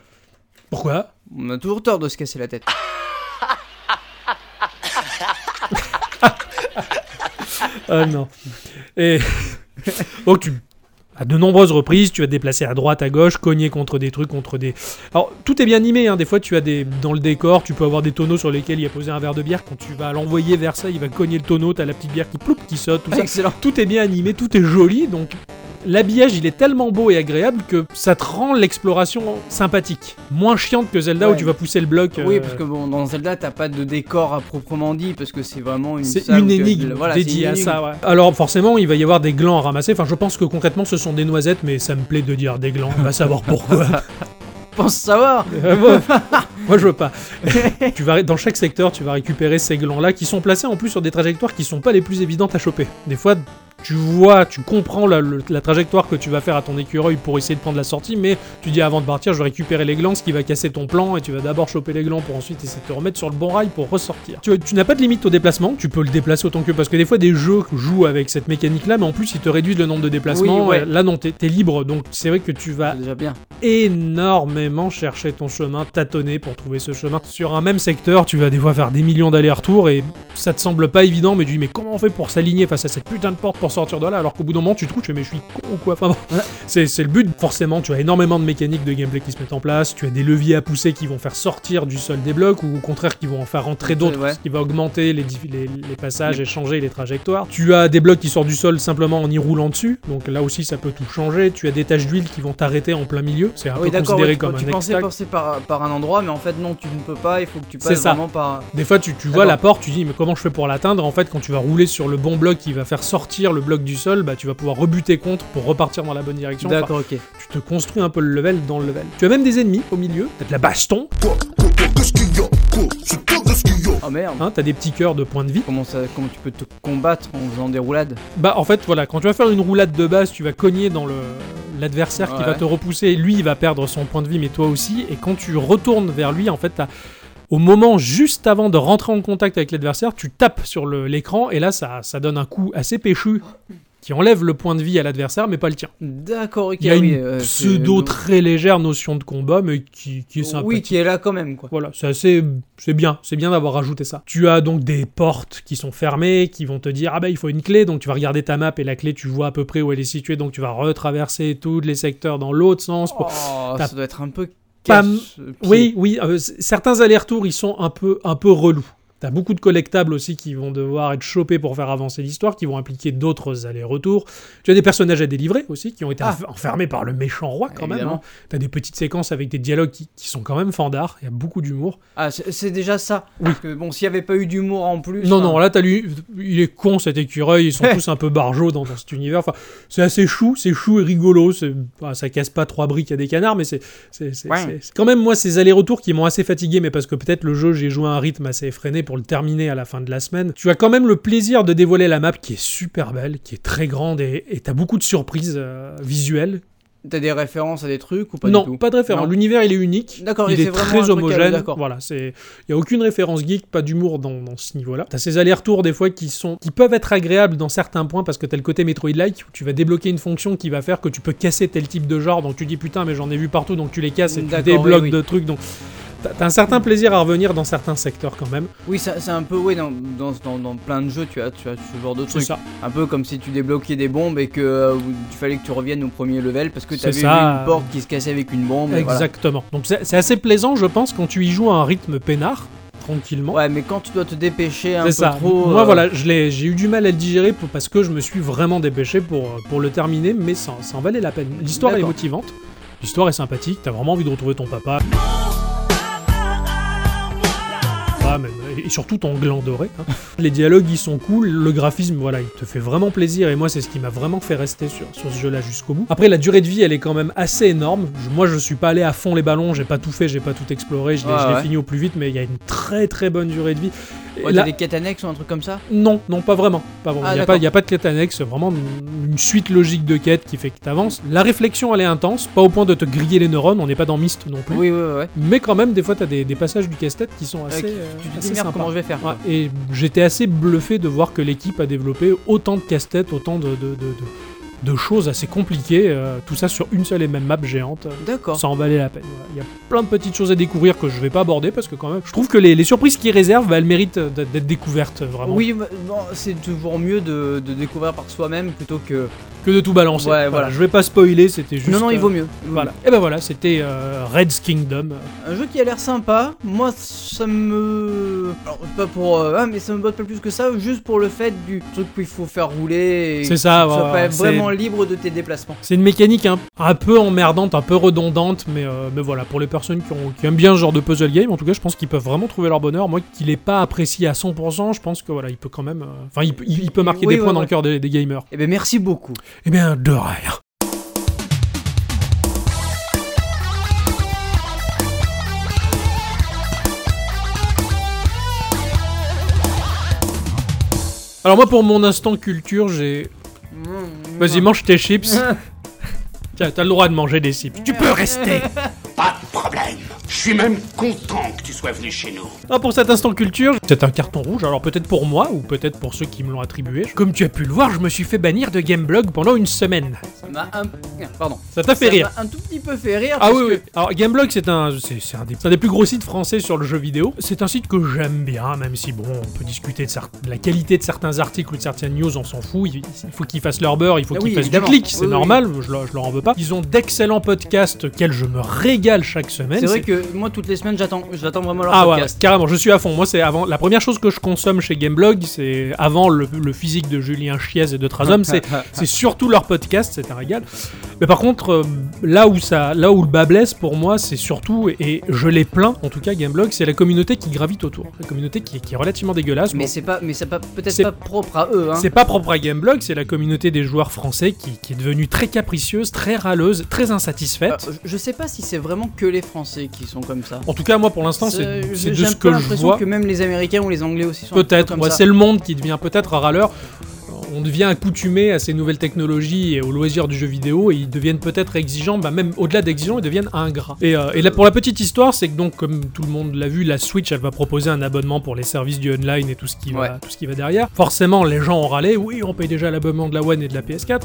Speaker 4: Pourquoi
Speaker 3: On a toujours tort de se casser la tête.
Speaker 4: Ah non. Et donc tu à de nombreuses reprises, tu vas te déplacer à droite, à gauche, cogner contre des trucs, contre des. Alors tout est bien animé. Hein. Des fois, tu as des dans le décor, tu peux avoir des tonneaux sur lesquels il y a posé un verre de bière. Quand tu vas l'envoyer vers ça, il va cogner le tonneau. T'as la petite bière qui ploup, qui saute, tout ça.
Speaker 3: Excellent.
Speaker 4: Tout est bien animé, tout est joli. Donc l'habillage, il est tellement beau et agréable que ça te rend l'exploration sympathique, moins chiante que Zelda
Speaker 3: Ouais.
Speaker 4: où tu vas pousser le bloc.
Speaker 3: Oui,
Speaker 4: euh,
Speaker 3: parce que bon, dans Zelda, t'as pas de décor à proprement dit, parce que c'est vraiment une.
Speaker 4: C'est
Speaker 3: salle
Speaker 4: une
Speaker 3: où tu as-
Speaker 4: énigme
Speaker 3: voilà, c'est
Speaker 4: dédiée
Speaker 3: une
Speaker 4: à
Speaker 3: énigme.
Speaker 4: ça, ouais. Alors forcément, il va y avoir des glands à ramasser. Enfin, je pense que concrètement, ce sont des noisettes, mais ça me plaît de dire des glands. On va savoir pourquoi.
Speaker 3: Pense savoir.
Speaker 4: Euh, bon. Moi, je veux pas. tu vas, dans chaque secteur, tu vas récupérer ces glands-là qui sont placés en plus sur des trajectoires qui sont pas les plus évidentes à choper. Des fois, tu vois, tu comprends la, le- la trajectoire que tu vas faire à ton écureuil pour essayer de prendre la sortie, mais tu dis avant de partir, je vais récupérer les glands, ce qui va casser ton plan, et tu vas d'abord choper les glands pour ensuite essayer de te remettre sur le bon rail pour ressortir. Tu, tu n'as pas de limite au déplacement, tu peux le déplacer autant que parce que des fois des jeux jouent avec cette mécanique-là, mais en plus ils te réduisent le nombre de déplacements.
Speaker 3: Oui, ouais.
Speaker 4: Là non, t'es t'es libre, donc c'est vrai que tu vas
Speaker 3: C'est déjà bien.
Speaker 4: énormément chercher ton chemin, tâtonner pour trouver ce chemin. Sur un même secteur, tu vas des fois faire des millions d'allers-retours et ça te semble pas évident, mais tu dis mais comment on fait pour s'aligner face à cette putain de porte pour sortir de là alors qu'au bout d'un moment tu te trouves, tu fais mais je suis con ou quoi Enfin bon, c'est c'est le but forcément, tu as énormément de mécaniques de gameplay qui se mettent en place, tu as des leviers à pousser qui vont faire sortir du sol des blocs ou au contraire qui vont en faire rentrer d'autres,
Speaker 3: Ouais. Mm.
Speaker 4: ce qui va augmenter les, dif- les- les passages et changer les trajectoires. Tu as des blocs qui sortent du sol simplement en y roulant dessus, donc là aussi ça peut tout changer. Tu as des taches d'huile qui vont t'arrêter en plein milieu, c'est un
Speaker 3: Ah oui,
Speaker 4: peu
Speaker 3: d'accord.
Speaker 4: considéré
Speaker 3: ouais, tu,
Speaker 4: comme
Speaker 3: tu
Speaker 4: un
Speaker 3: pensais
Speaker 4: obstacle.
Speaker 3: passer par, par un endroit, mais en fait, non, tu ne peux pas. Il faut que tu
Speaker 4: C'est
Speaker 3: passes
Speaker 4: ça.
Speaker 3: vraiment par.
Speaker 4: Des fois, tu, tu vois
Speaker 3: D'accord.
Speaker 4: la porte, tu dis, mais comment je fais pour l'atteindre En fait, quand tu vas rouler sur le bon bloc qui va faire sortir le bloc du sol, bah, tu vas pouvoir rebuter contre pour repartir dans la bonne direction. Enfin,
Speaker 3: D'accord, ok.
Speaker 4: tu te construis un peu le level dans le level. Tu as même des ennemis au milieu, t'as de la baston,
Speaker 3: Oh merde.
Speaker 4: hein, t'as des petits cœurs de points de vie.
Speaker 3: Comment, ça, comment tu peux te combattre en faisant des roulades
Speaker 4: Bah, en fait, voilà, quand tu vas faire une roulade de base, tu vas cogner dans le l'adversaire qui
Speaker 3: Ouais.
Speaker 4: va te repousser. Lui, il va perdre son point de vie, mais toi aussi. Et quand tu retournes vers lui, en fait, t'as- Au moment juste avant de rentrer en contact avec l'adversaire, tu tapes sur le- l'écran et là ça, ça donne un coup assez péchu qui enlève le point de vie à l'adversaire mais pas le tien.
Speaker 3: D'accord, ok.
Speaker 4: Il y a
Speaker 3: oui,
Speaker 4: une
Speaker 3: euh, c'est-
Speaker 4: pseudo très légère notion de combat mais qui, qui est sympathique.
Speaker 3: Oui, qui est là quand même, quoi.
Speaker 4: Voilà, c'est assez, c'est bien, c'est bien d'avoir rajouté ça. Tu as donc des portes qui sont fermées, qui vont te dire ah ben il faut une clé, donc tu vas regarder ta map et la clé tu vois à peu près où elle est située, donc tu vas retraverser tous les secteurs dans l'autre sens. pour-
Speaker 3: Oh,
Speaker 4: T'as
Speaker 3: ça doit être un peu.
Speaker 4: pas
Speaker 3: casse-
Speaker 4: Oui, oui, euh, c- certains allers-retours ils sont un peu, un peu relous. T'as beaucoup de collectables aussi qui vont devoir être chopés pour faire avancer l'histoire, qui vont impliquer d'autres allers-retours. Tu as des personnages à délivrer aussi qui ont été
Speaker 3: Ah.
Speaker 4: enf- enfermés par le méchant roi quand même.
Speaker 3: Évidemment.
Speaker 4: hein. T'as des petites séquences avec des dialogues qui, qui sont quand même fandards, il y a beaucoup d'humour.
Speaker 3: Ah, c'est c'est déjà ça. Parce que bon, s'il n'y avait pas eu d'humour en plus.
Speaker 4: Non,
Speaker 3: hein.
Speaker 4: non, là, t'as lu. Il est con cet écureuil, ils sont tous un peu barjots dans, dans cet univers. Enfin, c'est assez chou, c'est chou et rigolo. c'est- enfin, ça casse pas trois briques à des canards, mais c'est. c'est- c'est-
Speaker 3: Ouais.
Speaker 4: c'est- c'est- Quand même, moi, ces allers-retours qui m'ont assez fatigué, mais parce que peut-être le jeu, j'ai joué à un rythme assez effréné pour le terminer à la fin de la semaine. Tu as quand même le plaisir de dévoiler la map qui est super belle, qui est très grande et et t'as beaucoup de surprises euh, visuelles.
Speaker 3: T'as des références à des trucs ou pas
Speaker 4: non,
Speaker 3: du tout
Speaker 4: pas de référence.
Speaker 3: Non.
Speaker 4: L'univers, il est unique.
Speaker 3: D'accord,
Speaker 4: Il
Speaker 3: et
Speaker 4: est
Speaker 3: c'est vraiment un
Speaker 4: très
Speaker 3: truc à-
Speaker 4: homogène.
Speaker 3: D'accord.
Speaker 4: Voilà, c'est il y a aucune référence geek, pas d'humour dans, dans ce niveau-là. T'as ces allers-retours des fois qui sont qui peuvent être agréables dans certains points parce que t'as le côté Metroid-like où tu vas débloquer une fonction qui va faire que tu peux casser tel type de genre. Donc tu dis putain mais j'en ai vu partout donc tu les casses et tu
Speaker 3: D'accord, oui,
Speaker 4: débloques
Speaker 3: oui.
Speaker 4: de trucs. Donc t'as- t'as un certain plaisir à revenir dans certains secteurs quand même.
Speaker 3: Oui, ça- c'est un peu. Oui, dans, dans, dans, dans plein de jeux, tu as, tu as ce genre de
Speaker 4: C'est
Speaker 3: trucs.
Speaker 4: ça.
Speaker 3: Un peu comme si tu débloquais des bombes et que euh, il fallait que tu reviennes au premier level parce que
Speaker 4: C'est
Speaker 3: t'avais vu
Speaker 4: ça.
Speaker 3: une porte qui se cassait avec une bombe. et voilà.
Speaker 4: Exactement. Donc c'est c'est assez plaisant je pense quand tu y joues à un rythme peinard tranquillement.
Speaker 3: Ouais, mais quand tu dois te dépêcher un peu
Speaker 4: C'est ça.
Speaker 3: trop.
Speaker 4: Moi,
Speaker 3: euh,
Speaker 4: voilà, je l'ai- j'ai eu du mal à le digérer pour- parce que je me suis vraiment dépêché pour, euh, pour le terminer, mais ça, ça en valait la peine. L'histoire elle est
Speaker 3: D'accord.
Speaker 4: motivante, l'histoire est sympathique, t'as vraiment envie de retrouver ton papa. Ah, mais- et surtout ton gland doré. hein. Les dialogues ils sont cool, le graphisme voilà il te fait vraiment plaisir et moi c'est ce qui m'a vraiment fait rester sur, sur ce jeu là jusqu'au bout. Après la durée de vie elle est quand même assez énorme. Je- moi je suis pas allé à fond les ballons, j'ai pas tout fait, j'ai pas tout exploré, je l'ai
Speaker 3: Ouais,
Speaker 4: je l'ai
Speaker 3: Ah, ouais.
Speaker 4: fini au plus vite mais il y a une très très bonne durée de vie. Et
Speaker 3: Ouais,
Speaker 4: là-
Speaker 3: t'as des quêtes annexes ou un truc comme ça
Speaker 4: non, non, pas vraiment. Pas vraiment.
Speaker 3: Ah,
Speaker 4: il n'y a,
Speaker 3: d'accord.
Speaker 4: pas- il y a pas de quête annexe, c'est vraiment une une suite logique de quêtes qui fait que t'avances. La réflexion, elle est intense, pas au point de te griller les neurones, on n'est pas dans Myst non plus.
Speaker 3: Oui, oui, oui. ouais.
Speaker 4: Mais quand même, des fois, t'as des, des passages du casse-tête qui sont assez,
Speaker 3: qui-
Speaker 4: euh,
Speaker 3: Tu te
Speaker 4: assez
Speaker 3: dis merde,
Speaker 4: sympas.
Speaker 3: comment je vais faire
Speaker 4: Ouais,
Speaker 3: quoi.
Speaker 4: et j'étais assez bluffé de voir que l'équipe a développé autant de casse-tête, autant de, de, de- de- de choses assez compliquées, euh, tout ça sur une seule et même map géante.
Speaker 3: D'accord.
Speaker 4: Ça en valait la peine. voilà. Il y a plein de petites choses à découvrir que je vais pas aborder parce que quand même, je trouve que les, les surprises qu'ils réservent, bah, elles méritent d'être d'être découvertes vraiment.
Speaker 3: Oui, mais bon, c'est toujours mieux de, de découvrir par soi-même plutôt que.
Speaker 4: que de tout balancer.
Speaker 3: Ouais, voilà.
Speaker 4: Je vais pas spoiler, c'était juste.
Speaker 3: non, non, il vaut mieux. il vaut
Speaker 4: Voilà. Et ben voilà, c'était euh, Red's Kingdom.
Speaker 3: Un jeu qui a l'air sympa, moi ça me. Alors, pas pour. euh, ah, mais ça me botte pas plus que ça, juste pour le fait du truc où il faut faire rouler et
Speaker 4: C'est
Speaker 3: que
Speaker 4: ça,
Speaker 3: tu
Speaker 4: ouais,
Speaker 3: sois
Speaker 4: ouais,
Speaker 3: pas
Speaker 4: c'est-
Speaker 3: vraiment libre de tes déplacements.
Speaker 4: C'est une mécanique un, un peu emmerdante, un peu redondante, mais, euh, mais voilà, pour les personnes qui, ont- qui aiment bien ce genre de puzzle game, en tout cas, je pense qu'ils peuvent vraiment trouver leur bonheur. Moi, qu'il l'ai pas apprécié à 100%, je pense que voilà, il peut quand même. euh, Enfin, il, peut- il- il peut marquer
Speaker 3: Oui,
Speaker 4: des
Speaker 3: ouais,
Speaker 4: points dans
Speaker 3: ouais.
Speaker 4: le cœur des, des gamers.
Speaker 3: Et ben merci beaucoup.
Speaker 4: Eh bien, de rien. Alors moi pour mon instant culture, j'ai... Vas-y, mange tes chips. Tiens, t'as le droit de manger des chips. Tu peux rester
Speaker 5: Pas de problème. Je suis même content que tu sois venu chez nous.
Speaker 4: Ah, pour cet instant culture, c'est un carton rouge, alors peut-être pour moi, ou peut-être pour ceux qui me l'ont attribué. Comme tu as pu le voir, je me suis fait bannir de Gameblog pendant une semaine.
Speaker 3: Ça m'a un... Pardon.
Speaker 4: Ça t'a fait
Speaker 3: Ça
Speaker 4: rire
Speaker 3: m'a un tout petit peu fait rire.
Speaker 4: Ah
Speaker 3: parce
Speaker 4: oui,
Speaker 3: que-
Speaker 4: oui. Alors Gameblog, c'est un, c'est c'est un, des- c'est un des plus gros sites français sur le jeu vidéo. C'est un site que j'aime bien, même si bon, on peut discuter de, cer- de la qualité de certains articles ou de certaines news, on s'en fout. Il, il faut qu'ils fassent leur beurre, il faut
Speaker 3: Ah
Speaker 4: qu'ils
Speaker 3: oui,
Speaker 4: fassent
Speaker 3: évidemment.
Speaker 4: du clic, c'est
Speaker 3: Oui, oui.
Speaker 4: normal. Je, leur- je leur en veux pas. Ils ont d'excellents podcasts auxquels je me régale chaque semaine.
Speaker 3: C'est vrai
Speaker 4: C'est-
Speaker 3: que moi, toutes les semaines, j'attends j'attends vraiment leur
Speaker 4: ah ouais,
Speaker 3: podcast.
Speaker 4: ouais, carrément, je suis à fond. Moi, c'est avant la première chose que je consomme chez Gameblog, c'est avant le, le physique de Julien Chiez et de Trazom, c'est c'est surtout leur podcast, c'est un régal. Mais par contre, euh, là où ça, là où le bas blesse pour moi, c'est surtout et je les plains en tout cas Gameblog, c'est la communauté qui gravite autour, la communauté qui, qui est relativement dégueulasse.
Speaker 3: Mais
Speaker 4: Bon,
Speaker 3: c'est pas, mais c'est pas peut-être
Speaker 4: C'est-
Speaker 3: pas propre à eux. Hein.
Speaker 4: c'est pas propre à Gameblog, c'est la communauté des joueurs français qui, qui est devenue très capricieuse, très râleuse, très insatisfaite.
Speaker 3: Euh, je sais pas si c'est vraiment que les Français qui sont comme ça.
Speaker 4: En tout cas, moi pour l'instant,
Speaker 3: Euh,
Speaker 4: c'est c'est
Speaker 3: j'ai
Speaker 4: de
Speaker 3: un
Speaker 4: ce
Speaker 3: peu
Speaker 4: que je
Speaker 3: l'impression
Speaker 4: vois.
Speaker 3: que même les Américains ou les Anglais aussi sont un petit peu
Speaker 4: Peut-être,
Speaker 3: comme
Speaker 4: ouais,
Speaker 3: ça.
Speaker 4: c'est le monde qui devient peut-être un râleur. On devient accoutumé à ces nouvelles technologies et aux loisirs du jeu vidéo et ils deviennent peut-être exigeants, bah même au-delà d'exigeants, ils deviennent ingrats. Et, euh, et là, pour la petite histoire, c'est que donc, comme tout le monde l'a vu, la Switch, elle va proposer un abonnement pour les services du online et tout ce qui,
Speaker 3: Ouais.
Speaker 4: va, tout ce qui va derrière. Forcément, les gens ont râlé, oui, on paye déjà l'abonnement de la One et de la PS4,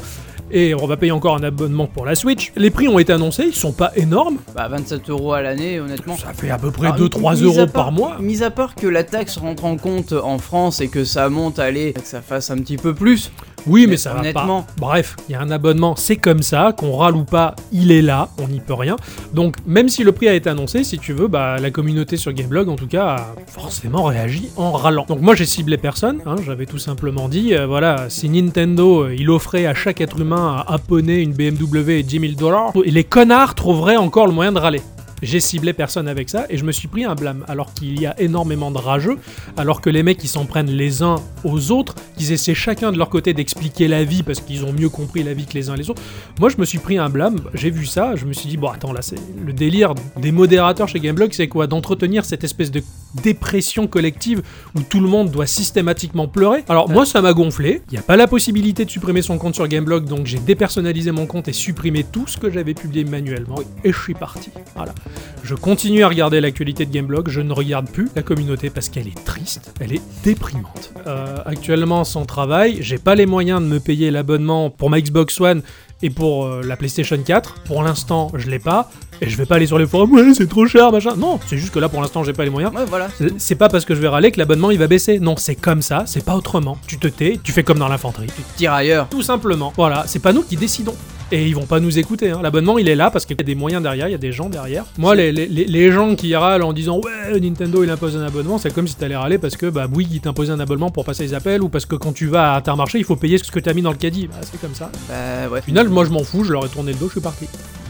Speaker 4: et on va payer encore un abonnement pour la Switch. Les prix ont été annoncés, ils sont pas énormes,
Speaker 3: Bah 27 euros à l'année, honnêtement.
Speaker 4: ça fait à peu près
Speaker 3: Alors,
Speaker 4: 2-3
Speaker 3: mis à
Speaker 4: euros
Speaker 3: part-
Speaker 4: par mois.
Speaker 3: Mis à part que la taxe rentre en compte en France et que ça monte, allez, que ça fasse un petit peu plus.
Speaker 4: Oui, mais
Speaker 3: Mais
Speaker 4: ça va
Speaker 3: honnêtement-
Speaker 4: pas. Bref, il y a un abonnement, c'est comme ça, qu'on râle ou pas, il est là, on n'y peut rien. Donc, même si le prix a été annoncé, si tu veux, bah, la communauté sur Gameblog, en tout cas, a forcément réagi en râlant. Donc, moi, j'ai ciblé personne, hein, j'avais tout simplement dit, euh, voilà, si Nintendo, euh, il offrait à chaque être humain à poney une BMW et 10 000 dollars, les connards trouveraient encore le moyen de râler. J'ai ciblé personne avec ça et je me suis pris un blâme, alors qu'il y a énormément de rageux, alors que les mecs ils s'en prennent les uns aux autres, qu'ils essaient chacun de leur côté d'expliquer la vie parce qu'ils ont mieux compris la vie que les uns les autres. Moi je me suis pris un blâme, j'ai vu ça, je me suis dit bon attends là c'est le délire des modérateurs chez Gameblog c'est quoi D'entretenir cette espèce de dépression collective où tout le monde doit systématiquement pleurer. Alors moi ça m'a gonflé, il n'y a pas la possibilité de supprimer son compte sur Gameblog donc j'ai dépersonnalisé mon compte et supprimé tout ce que j'avais publié manuellement et je suis parti. Voilà. Je continue à regarder l'actualité de Gameblog, je ne regarde plus la communauté parce qu'elle est triste, elle est déprimante. Euh, actuellement sans travail, j'ai pas les moyens de me payer l'abonnement pour ma Xbox One et pour euh, la PlayStation 4. Pour l'instant, je l'ai pas et je vais pas aller sur les forums, ouais, c'est trop cher, machin. Non, c'est juste que là pour l'instant, j'ai pas les moyens.
Speaker 3: Ouais, voilà. c'est tout.
Speaker 4: C'est pas parce que je vais râler que l'abonnement il va baisser. Non, c'est comme ça, c'est pas autrement. Tu te tais, tu fais comme dans l'infanterie.
Speaker 3: Tire ailleurs.
Speaker 4: Tout simplement. Voilà, c'est pas nous qui décidons. Et ils vont pas nous écouter. hein. L'abonnement, il est là parce qu'il y a des moyens derrière, il y a des gens derrière. Moi, les, les- les- les gens qui râlent en disant Ouais, Nintendo, il impose un abonnement, c'est comme si t'allais râler parce que bah, Bouygues, il t'impose un abonnement pour passer les appels ou parce que quand tu vas à Intermarché, il faut payer ce que t'as mis dans le caddie. Bah, c'est comme ça.
Speaker 3: Bah ouais,
Speaker 4: Au final, moi, je m'en fous, je leur ai tourné le dos, je suis parti.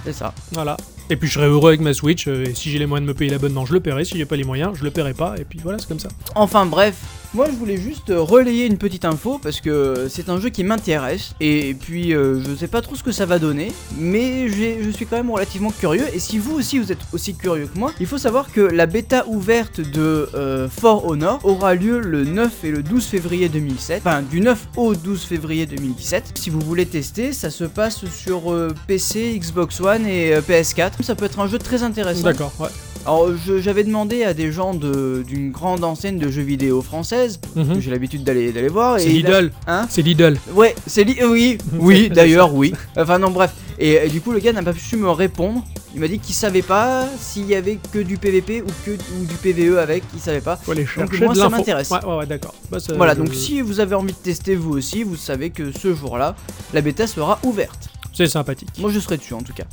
Speaker 3: c'est ça.
Speaker 4: Voilà. Et puis, je serai heureux avec ma Switch. euh, et si j'ai les moyens de me payer l'abonnement, je le paierai. Si j'ai pas les moyens, je le paierai pas. Et puis voilà, c'est comme ça.
Speaker 3: Enfin bref, moi je voulais juste euh, relayer une petite info parce que c'est un jeu qui m'intéresse et puis euh, je sais pas trop ce que ça va donner, mais j'ai- je suis quand même relativement curieux et si vous aussi vous êtes aussi curieux que moi, il faut savoir que la bêta ouverte de euh, Fort Honor aura lieu le 9 et le 12 février 2007, enfin du 9 au 12 février 2017. Si vous voulez tester, ça se passe sur euh, PC, Xbox One et euh, PS4. Ça peut être un jeu très intéressant.
Speaker 4: D'accord, ouais.
Speaker 3: Alors, je- j'avais demandé à des gens de- d'une grande enseigne de jeux vidéo française,
Speaker 4: Mhm.
Speaker 3: que j'ai l'habitude d'aller d'aller voir.
Speaker 4: C'est
Speaker 3: et il a-
Speaker 4: Lidl.
Speaker 3: Hein
Speaker 4: C'est Lidl.
Speaker 3: Ouais, c'est Lidl. Oui, oui, d'ailleurs, oui. Enfin, non, bref. Et, euh, du coup, le gars n'a pas su me répondre. Il m'a dit qu'il savait pas s'il y avait que du PVP ou que ou du PVE avec, il savait pas.
Speaker 4: Faut aller chercher
Speaker 3: moi,
Speaker 4: de
Speaker 3: ça
Speaker 4: l'info.
Speaker 3: m'intéresse.
Speaker 4: Ouais, ouais, ouais, d'accord. Bah, ça-
Speaker 3: Voilà,
Speaker 4: je-
Speaker 3: donc si vous avez envie de tester vous aussi, vous savez que ce jour-là, la bêta sera ouverte.
Speaker 4: C'est sympathique.
Speaker 3: Moi, je serai dessus en tout cas.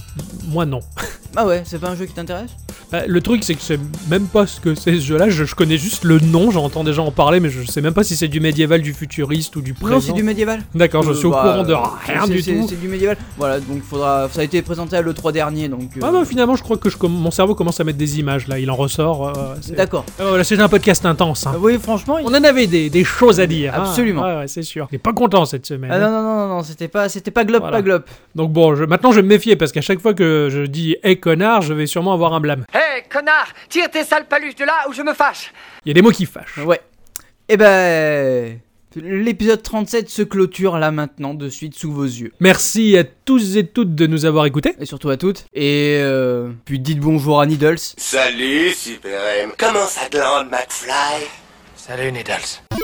Speaker 4: Moi, non.
Speaker 3: Ah ouais, c'est pas un jeu qui t'intéresse
Speaker 4: Bah, le truc, c'est que je sais même pas ce que c'est ce jeu-là. Je, je connais juste le nom, j'entends déjà en parler, mais je sais même pas si c'est du médiéval, du futuriste ou du présent.
Speaker 3: Non, c'est du médiéval.
Speaker 4: D'accord, je
Speaker 3: Euh,
Speaker 4: suis au
Speaker 3: bah,
Speaker 4: courant de
Speaker 3: euh,
Speaker 4: rien
Speaker 3: c'est-
Speaker 4: du
Speaker 3: c'est-
Speaker 4: tout.
Speaker 3: C'est du médiéval. Voilà, donc faudra. Ça a été présenté à l'E3 dernier, donc. euh,
Speaker 4: Ah bah finalement je crois que je comm- mon cerveau commence à mettre des images là, il en ressort. euh, c'est-
Speaker 3: D'accord.
Speaker 4: Ah, voilà, c'était un podcast intense. hein.
Speaker 3: Ah Oui, franchement. il-
Speaker 4: On en avait des, des choses à dire. hein.
Speaker 3: Absolument.
Speaker 4: Ouais, ouais, c'est sûr. T'es pas content cette semaine.
Speaker 3: Ah
Speaker 4: hein.
Speaker 3: non, non, non, non, non, c'était pas, c'était pas glop,
Speaker 4: Voilà.
Speaker 3: pas glop.
Speaker 4: Donc bon, je- maintenant je vais me méfier parce qu'à chaque fois que je dis hey connard, je vais sûrement avoir un blâme.
Speaker 6: Hé, connard, tire tes sales paluches de là ou je me fâche
Speaker 3: Ah
Speaker 4: Il y a des mots qui fâchent.
Speaker 3: Ouais. Et Eh ben. L'épisode 37 se clôture là maintenant, de suite, sous vos yeux.
Speaker 4: Merci à tous et toutes de nous avoir écoutés.
Speaker 3: Et surtout à toutes. Et euh, puis dites bonjour à Needles.
Speaker 1: Salut, Super M. Comment ça glande, McFly
Speaker 2: Salut Needles.